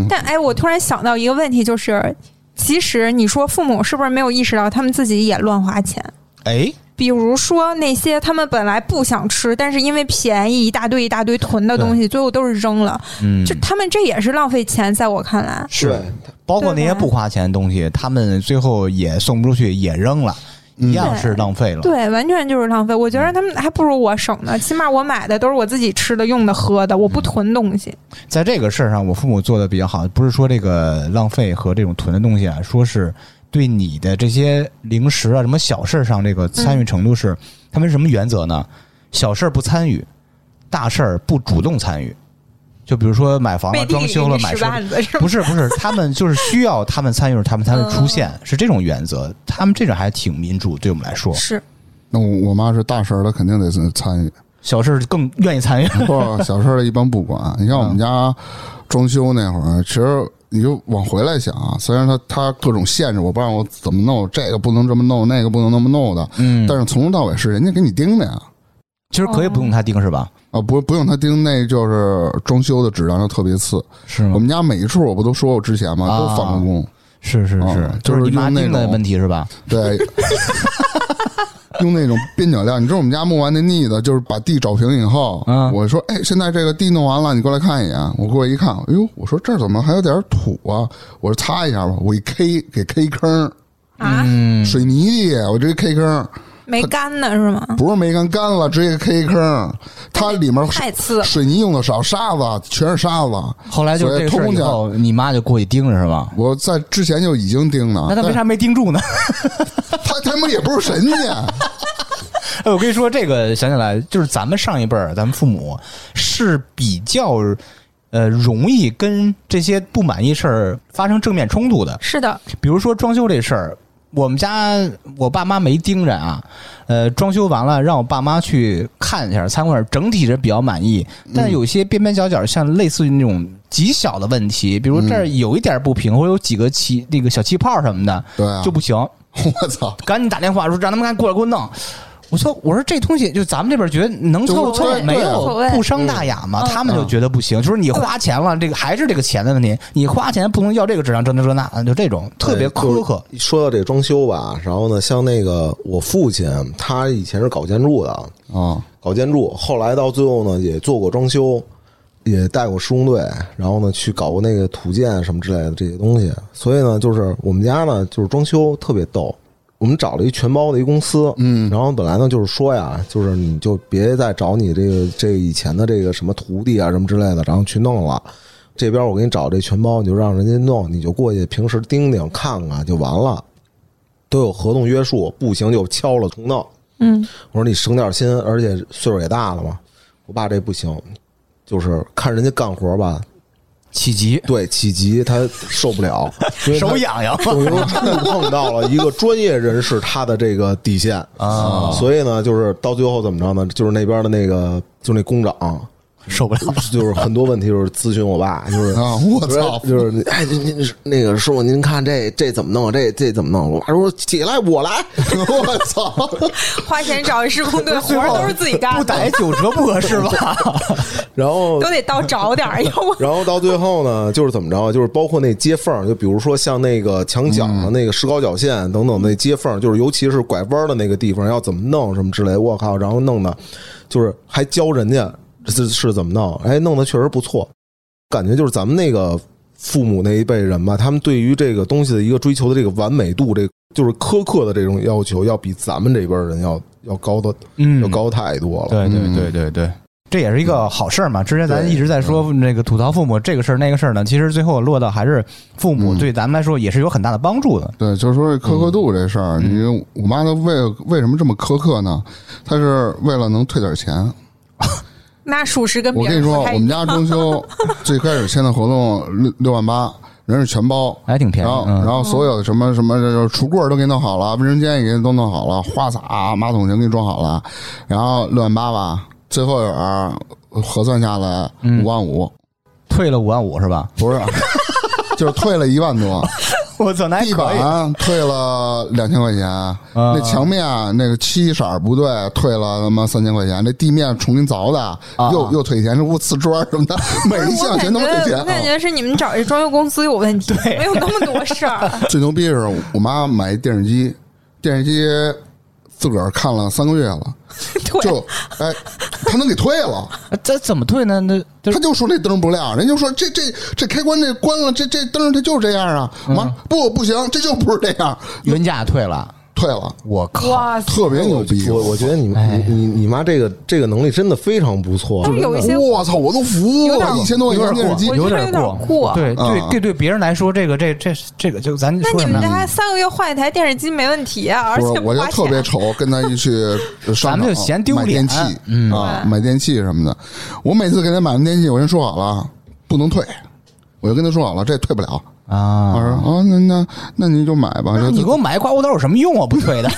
Speaker 3: 但哎，我突然想到一个问题，就是其实你说父母是不是没有意识到他们自己也乱花钱？
Speaker 1: 哎，
Speaker 3: 比如说那些他们本来不想吃，但是因为便宜一大堆一大堆囤的东西，最后都是扔了。
Speaker 1: 嗯
Speaker 3: 就他们这也是浪费钱，在我看来，
Speaker 1: 是
Speaker 2: 对
Speaker 1: 包括那些不花钱的东西，他们最后也送不出去，也扔了，一样是浪费了。
Speaker 3: 嗯对，完全就是浪费。我觉得他们还不如我省呢，起码我买的都是我自己吃的、用的、喝的，我不囤东西。
Speaker 1: 在这个事儿上，我父母做的比较好，不是说这个浪费和这种囤的东西啊，说是对你的这些零食啊、什么小事儿上这个参与程度
Speaker 3: 嗯
Speaker 1: 是，他们是什么原则呢？小事儿不参与，大事儿不主动参与。就比如说买房了、
Speaker 3: 背地
Speaker 1: 装
Speaker 3: 里
Speaker 1: 修了、买
Speaker 3: 吃
Speaker 1: 车了，
Speaker 3: 绊子是
Speaker 1: [LAUGHS]
Speaker 3: 吧
Speaker 1: 不？是不是，他们就是需要他们参与，他们才会出现，是这种原则。他们这种还挺民主，对我们来说，
Speaker 3: 是，
Speaker 4: 那我我妈是大事儿，她肯定得
Speaker 3: [LAUGHS]
Speaker 4: 参与。
Speaker 1: 小事儿更愿意参与。
Speaker 4: 不，小事儿一般不管。你像我们家装修那会儿，其实你就往回来想啊，虽然他他各种限制我，不让我怎么弄，这个不能这么弄，那个不能那么弄的，
Speaker 1: 嗯
Speaker 4: 但是从头到尾是人家给你盯的呀。
Speaker 1: 其实可以不用他盯是吧？
Speaker 4: 啊，不不用他盯，那就是装修的质量就特别次。
Speaker 1: 是
Speaker 4: 我
Speaker 1: 吗？
Speaker 4: 们家每一处我不都说过之前吗？都
Speaker 1: 嗯啊
Speaker 4: 放过工，
Speaker 1: 是是是
Speaker 4: 哦，
Speaker 1: 就是
Speaker 4: 就
Speaker 1: 你
Speaker 4: 是
Speaker 1: 妈
Speaker 4: 用那
Speaker 1: 盯的
Speaker 4: 种
Speaker 1: 问题是吧？
Speaker 4: 对， [LAUGHS] 用那种边角料。你知道我们家木完那腻的，就是把地找平以后，
Speaker 1: 嗯
Speaker 4: 我说：“哎，现在这个地弄完了，你过来看一眼。”我过去一看，哎呦，我说这儿怎么还有点土啊？我说擦一下吧，我一 K 给 K 坑，
Speaker 3: 啊，
Speaker 1: 嗯，
Speaker 4: 水泥地，我直接 K 坑，
Speaker 3: 没干呢是吗？
Speaker 4: 不是没干干了，直接 K 坑，它里面
Speaker 3: 太次了。
Speaker 4: 水泥用的少，沙子全是沙子。
Speaker 1: 后来就是这个事
Speaker 4: 所以
Speaker 1: 儿
Speaker 4: 偷工
Speaker 1: 以
Speaker 4: 减
Speaker 1: 后，你妈就过去盯着是吧？
Speaker 4: 我在之前就已经盯了，
Speaker 1: 那他为啥没盯住呢？ [LAUGHS]
Speaker 4: 但他他妈也不是神 [LAUGHS] 仙，
Speaker 1: 哎，我跟你说，这个想起来，就是咱们上一辈儿，咱们父母是比较呃容易跟这些不满意事儿发生正面冲突的。
Speaker 3: 是的，
Speaker 1: 比如说装修这事儿，我们家我爸妈没盯着啊，呃，装修完了让我爸妈去看一下、参观一下，整体是比较满意，
Speaker 4: 嗯
Speaker 1: 但有些边边角角像类似于那种极小的问题，比
Speaker 4: 嗯
Speaker 1: 如这儿有一点不平，或者有几个气那个小气泡什么的，
Speaker 4: 对啊，
Speaker 1: 就不行，
Speaker 4: 我操，
Speaker 1: 赶紧打电话说让他们赶紧过来给我弄。我说，我说这东西就咱们这边觉得能凑
Speaker 4: 就
Speaker 1: 凑
Speaker 4: 对对
Speaker 1: 没
Speaker 3: 无所
Speaker 1: 有
Speaker 3: 谓
Speaker 1: 不伤大雅嘛，
Speaker 3: 嗯
Speaker 1: 他们就
Speaker 4: 嗯
Speaker 1: 觉得不行，就是你花钱了，这个还是这个钱的问题，你花钱不能要这个质量，这那这那，就这种特别苛刻。
Speaker 2: 一说到这装修吧，然后呢，像那个我父亲，他以前是搞建筑的，
Speaker 4: 啊，
Speaker 2: 搞建筑，后来到最后呢，也做过装修。也带过施工队，然后呢去搞过那个土建什么之类的这些东西。所以呢，就是我们家呢就是装修特别逗，我们找了一全包的一公司，
Speaker 4: 嗯，
Speaker 2: 然后本来呢就是说呀，就是你就别再找你这个这个以前的这个什么徒弟啊什么之类的，然后去弄了。这边我给你找这全包，你就让人家弄，你就过去平时盯盯看看就完了，都有合同约束，不行就敲了重弄。
Speaker 3: 嗯
Speaker 2: 我说你省点心，而且岁数也大了嘛。我爸这不行，就是看人家干活吧，
Speaker 1: 起急，
Speaker 2: 对起急他受不了，因为他
Speaker 1: 手痒痒
Speaker 2: 我就触碰到了一个专业人士他的这个底线，
Speaker 1: 啊，
Speaker 2: 所以呢，就是到最后怎么着呢？就是那边的那个，就那工长，
Speaker 1: 受不了。
Speaker 2: 就是很多问题就是咨询我爸，就是
Speaker 4: 啊，我操，
Speaker 2: 就是你哎，您您那个师傅，您看这这怎么弄？啊这这怎么弄？我爸说起来，我来。 [LAUGHS] 我
Speaker 1: [LAUGHS]
Speaker 2: 操！
Speaker 3: 花钱找施工队，活儿都是自己干
Speaker 1: 不
Speaker 3: [LAUGHS] 的，
Speaker 1: 打一九折不合适吧？
Speaker 2: 然后
Speaker 3: 都得到找点 [LAUGHS] 儿，要不
Speaker 2: 然后到最后呢，就是怎么着？就是包括那接缝，就比如说像那个墙角的那个石膏角线等等那接缝，就是尤其是拐弯的那个地方要怎么弄什么之类，我靠！然后弄的，就是还教人家是是怎么弄，哎，弄的确实不错，感觉就是咱们那个父母那一辈人吧，他们对于这个东西的一个追求的这个完美度，这就是苛刻的这种要求，要比咱们这边人要要高的
Speaker 1: 嗯 [LAUGHS]
Speaker 2: 要高太多了。
Speaker 1: 对对对对对，这也是一个好事儿嘛。之前咱一直在说那个吐槽父母这个事儿那个事儿呢，其实最后落到还是父母
Speaker 4: 嗯
Speaker 1: 对咱们来说也是有很大的帮助的。
Speaker 4: 对，就是说这苛刻
Speaker 2: 嗯
Speaker 4: 度这事儿，你我妈她为为什么这么苛刻呢？她是为了能退点钱。
Speaker 3: 那属实跟
Speaker 4: 我
Speaker 3: 别
Speaker 4: 跟你
Speaker 3: 人哎
Speaker 4: 说，
Speaker 3: 不
Speaker 4: 我
Speaker 3: 太一
Speaker 4: 们
Speaker 3: 样。
Speaker 4: 家
Speaker 3: [LAUGHS]
Speaker 4: 装修最开始签的合同六六万八，人是全包，
Speaker 1: 还挺便宜
Speaker 4: 然后，
Speaker 1: 嗯
Speaker 4: 然后所有的什么什么，就是橱柜都给你弄好了，卫生间也给你都弄好了，花洒、啊马桶全给你装好了，然后六万八吧，最后点儿核算下来
Speaker 1: 嗯
Speaker 4: 五万五，
Speaker 1: 退了五万五是吧？
Speaker 4: 不是， [LAUGHS] 就是退了一万多，
Speaker 1: [LAUGHS] 我操，那还
Speaker 4: 地
Speaker 1: 可以。
Speaker 4: 板 [LAUGHS] 退了两千块钱，那墙面那个漆色儿不对，退了他妈三千块钱，这地面重新凿的又又退钱，这屋瓷砖什么的，每一
Speaker 3: 我
Speaker 4: 项
Speaker 3: 感
Speaker 4: 全他妈退
Speaker 3: 觉，
Speaker 4: 钱啊
Speaker 3: 我。感觉是你们找这装修公司有问题，没有那么多事
Speaker 4: [LAUGHS]
Speaker 3: 儿。
Speaker 4: 最牛逼的是我妈买一电视机，电视机自个儿看了三个月了，
Speaker 3: 对，
Speaker 4: 就哎，她能给退了，
Speaker 1: 啊这怎么退呢？那这
Speaker 4: 她就说这灯不亮，人就说这这这开关这关了，这这灯它就是这样啊。我妈不不行，这就不是这样，
Speaker 1: 原价退了，
Speaker 4: 退了，
Speaker 1: 我靠！
Speaker 3: 哇塞，
Speaker 4: 特别牛逼。啊
Speaker 2: 我我觉得你
Speaker 1: 哎
Speaker 2: 你你你妈这个这个能力真的非常不错，
Speaker 3: 但是有一些，
Speaker 4: 我操，我都服
Speaker 3: 有
Speaker 4: 了，
Speaker 3: 点
Speaker 4: 一千多块钱电视机
Speaker 3: 我，
Speaker 1: 有
Speaker 3: 觉得
Speaker 1: 点
Speaker 3: 有点过
Speaker 1: 对
Speaker 4: 啊
Speaker 1: 对对，对别人来说，这个这这这个就咱
Speaker 3: 那
Speaker 1: 说
Speaker 3: 你
Speaker 1: 什
Speaker 3: 们
Speaker 1: 么呀？
Speaker 3: 家三个月换一台电视机没问题啊，而
Speaker 4: 不
Speaker 3: 且
Speaker 4: 是，我就
Speaker 3: 花
Speaker 4: 特别
Speaker 3: 钱
Speaker 4: 愁，跟他一 [LAUGHS] 去商
Speaker 1: 咱们就
Speaker 4: 场
Speaker 1: 嫌丢
Speaker 4: 买
Speaker 1: 脸
Speaker 4: 电器，啊，买电器什么的。我每次给他买完电器，我先说好了，不能退，我就跟他说好了，这退不了。我
Speaker 1: 啊，
Speaker 4: 说啊，那那那您就买吧，
Speaker 1: 那
Speaker 4: 就
Speaker 1: 你给我买一刮胡刀有什么用啊？不退的，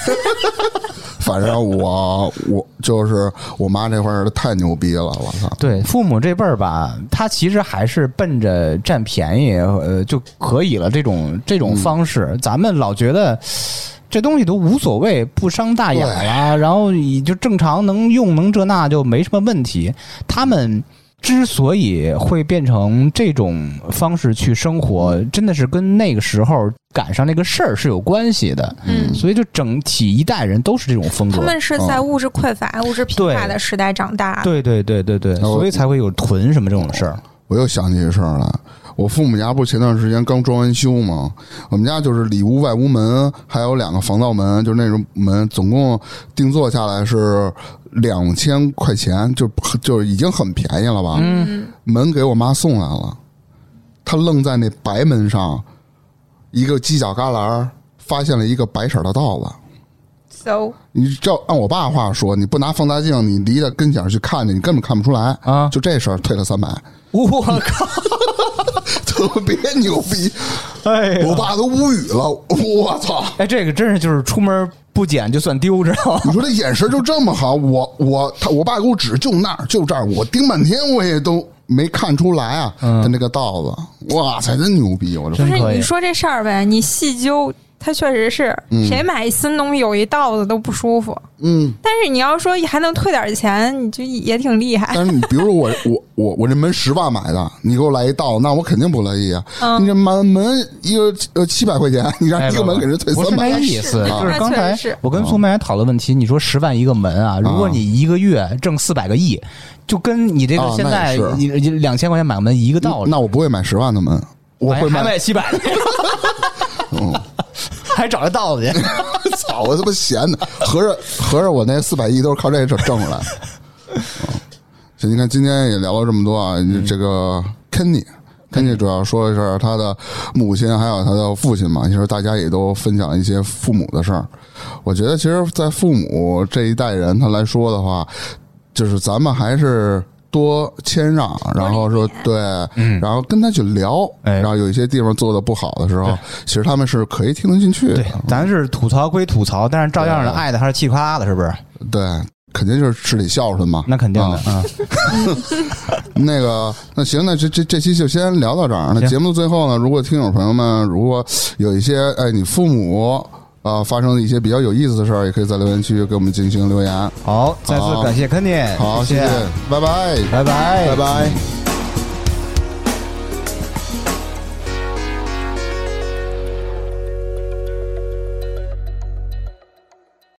Speaker 4: 反正我我就是我妈这块儿太牛逼了，我操！
Speaker 1: 对父母这辈儿吧，他其实还是奔着占便宜呃就可以了这种这种方式。咱们老觉得这东西都无所谓，不伤大雅啦，然后你就正常能用能这那就没什么问题。他们。之所以会变成这种方式去生活，真的是跟那个时候赶上那个事儿是有关系的。
Speaker 3: 嗯
Speaker 1: 所以就整体一代人都是这种风格。
Speaker 3: 他们是
Speaker 4: 嗯
Speaker 3: 在物质匮乏、物质贫乏
Speaker 1: 对
Speaker 3: 的时代长大。
Speaker 1: 对对对对对，
Speaker 4: 后
Speaker 1: 所以才会有囤什么这种事儿。
Speaker 4: 我又想起一事儿来，我父母家不是前段时间刚装完修吗？我们家就是里屋、外屋门，还有两个防盗门，就是那种门，总共定做下来是两千块钱，就就是已经很便宜了吧？
Speaker 3: 嗯，
Speaker 4: 门给我妈送来了，她愣在那白门上一个犄角旮旯儿发现了一个白色的道子。
Speaker 3: so
Speaker 4: 你照按我爸话说，你不拿放大镜，你离到跟前儿去看去，你根本看不出来
Speaker 1: 啊
Speaker 4: 就这事儿退了三百，
Speaker 1: 我靠！
Speaker 4: 特别牛逼，
Speaker 1: 哎
Speaker 4: 我爸都无语了。我操！
Speaker 1: 哎，这个真是就是出门不捡就算丢，知
Speaker 4: [LAUGHS]
Speaker 1: 道吗？
Speaker 4: 你说这眼神就这么好，我我他我爸给我指就那儿就这儿，我盯半天我也都没看出来啊，他那个道子，哇塞，真牛逼！我这
Speaker 1: 真
Speaker 3: 不是
Speaker 1: 可以
Speaker 3: 你说这事儿呗，你细究它确实是
Speaker 4: 嗯
Speaker 3: 谁买一新东西有一道子都不舒服。
Speaker 4: 嗯，
Speaker 3: 但是你要说还能退点钱，你就也挺厉害。
Speaker 4: 但是你比如说我我我我这门十万买的，你给我来一道，那我肯定不乐意啊！你
Speaker 3: 嗯，
Speaker 4: 这满门一个呃七百块钱，你让一个门给人退
Speaker 1: 哎不
Speaker 4: 三
Speaker 1: 是
Speaker 4: 啊
Speaker 1: 那
Speaker 4: 百，
Speaker 1: 意思，
Speaker 4: 是
Speaker 1: 就
Speaker 3: 那
Speaker 1: 是刚
Speaker 3: 确
Speaker 1: 才
Speaker 3: 实是
Speaker 1: 我跟宋麦雅讨论问题，你说十万一个门啊，如果你一个月挣四百个亿，就跟你这个
Speaker 4: 啊
Speaker 1: 现
Speaker 4: 那
Speaker 1: 在
Speaker 4: 也是
Speaker 1: 你你两千块钱买个门一个道理。哎
Speaker 4: 那我不会买十万的门，我
Speaker 1: 还
Speaker 4: 会
Speaker 1: 还买七百，
Speaker 4: [LAUGHS]
Speaker 1: [LAUGHS]
Speaker 4: 嗯，
Speaker 1: 还找这道
Speaker 4: [LAUGHS]
Speaker 1: 子去。
Speaker 4: 操，我他妈闲的，合着合着我那四百亿都是靠这挣挣出来的。嗯行，你看今天也聊了这么多啊，这个 Kenny。Kenny
Speaker 1: 嗯
Speaker 4: 主要说的是他的母亲还有他的父亲嘛，其实大家也都分享一些父母的事儿。我觉得其实，在父母这一代人他来说的话，就是咱们还是多谦让，然后说对，然后跟他去聊，
Speaker 1: 嗯哎
Speaker 4: 然后有一些地方做的不好的时候，其实他们是可以听得进去的。
Speaker 1: 对，咱是吐槽归吐槽，但是照样的
Speaker 4: 啊
Speaker 1: 爱的还是气夸的，是不是？
Speaker 4: 对，肯定就是吃里孝顺嘛。
Speaker 1: 那肯定的
Speaker 4: 啊
Speaker 1: 啊。
Speaker 4: 那个，那行，那这这这期就先聊到这儿。那
Speaker 1: 行
Speaker 4: 节目的最后呢，如果听友朋友们如果有一些哎，你父母啊、发生的一些比较有意思的事儿，也可以在留言区给我们进行留言。
Speaker 1: 好，再次感谢 Kenny，
Speaker 4: 好，谢
Speaker 1: 谢，
Speaker 4: 拜拜，
Speaker 1: 拜拜，
Speaker 4: 拜拜。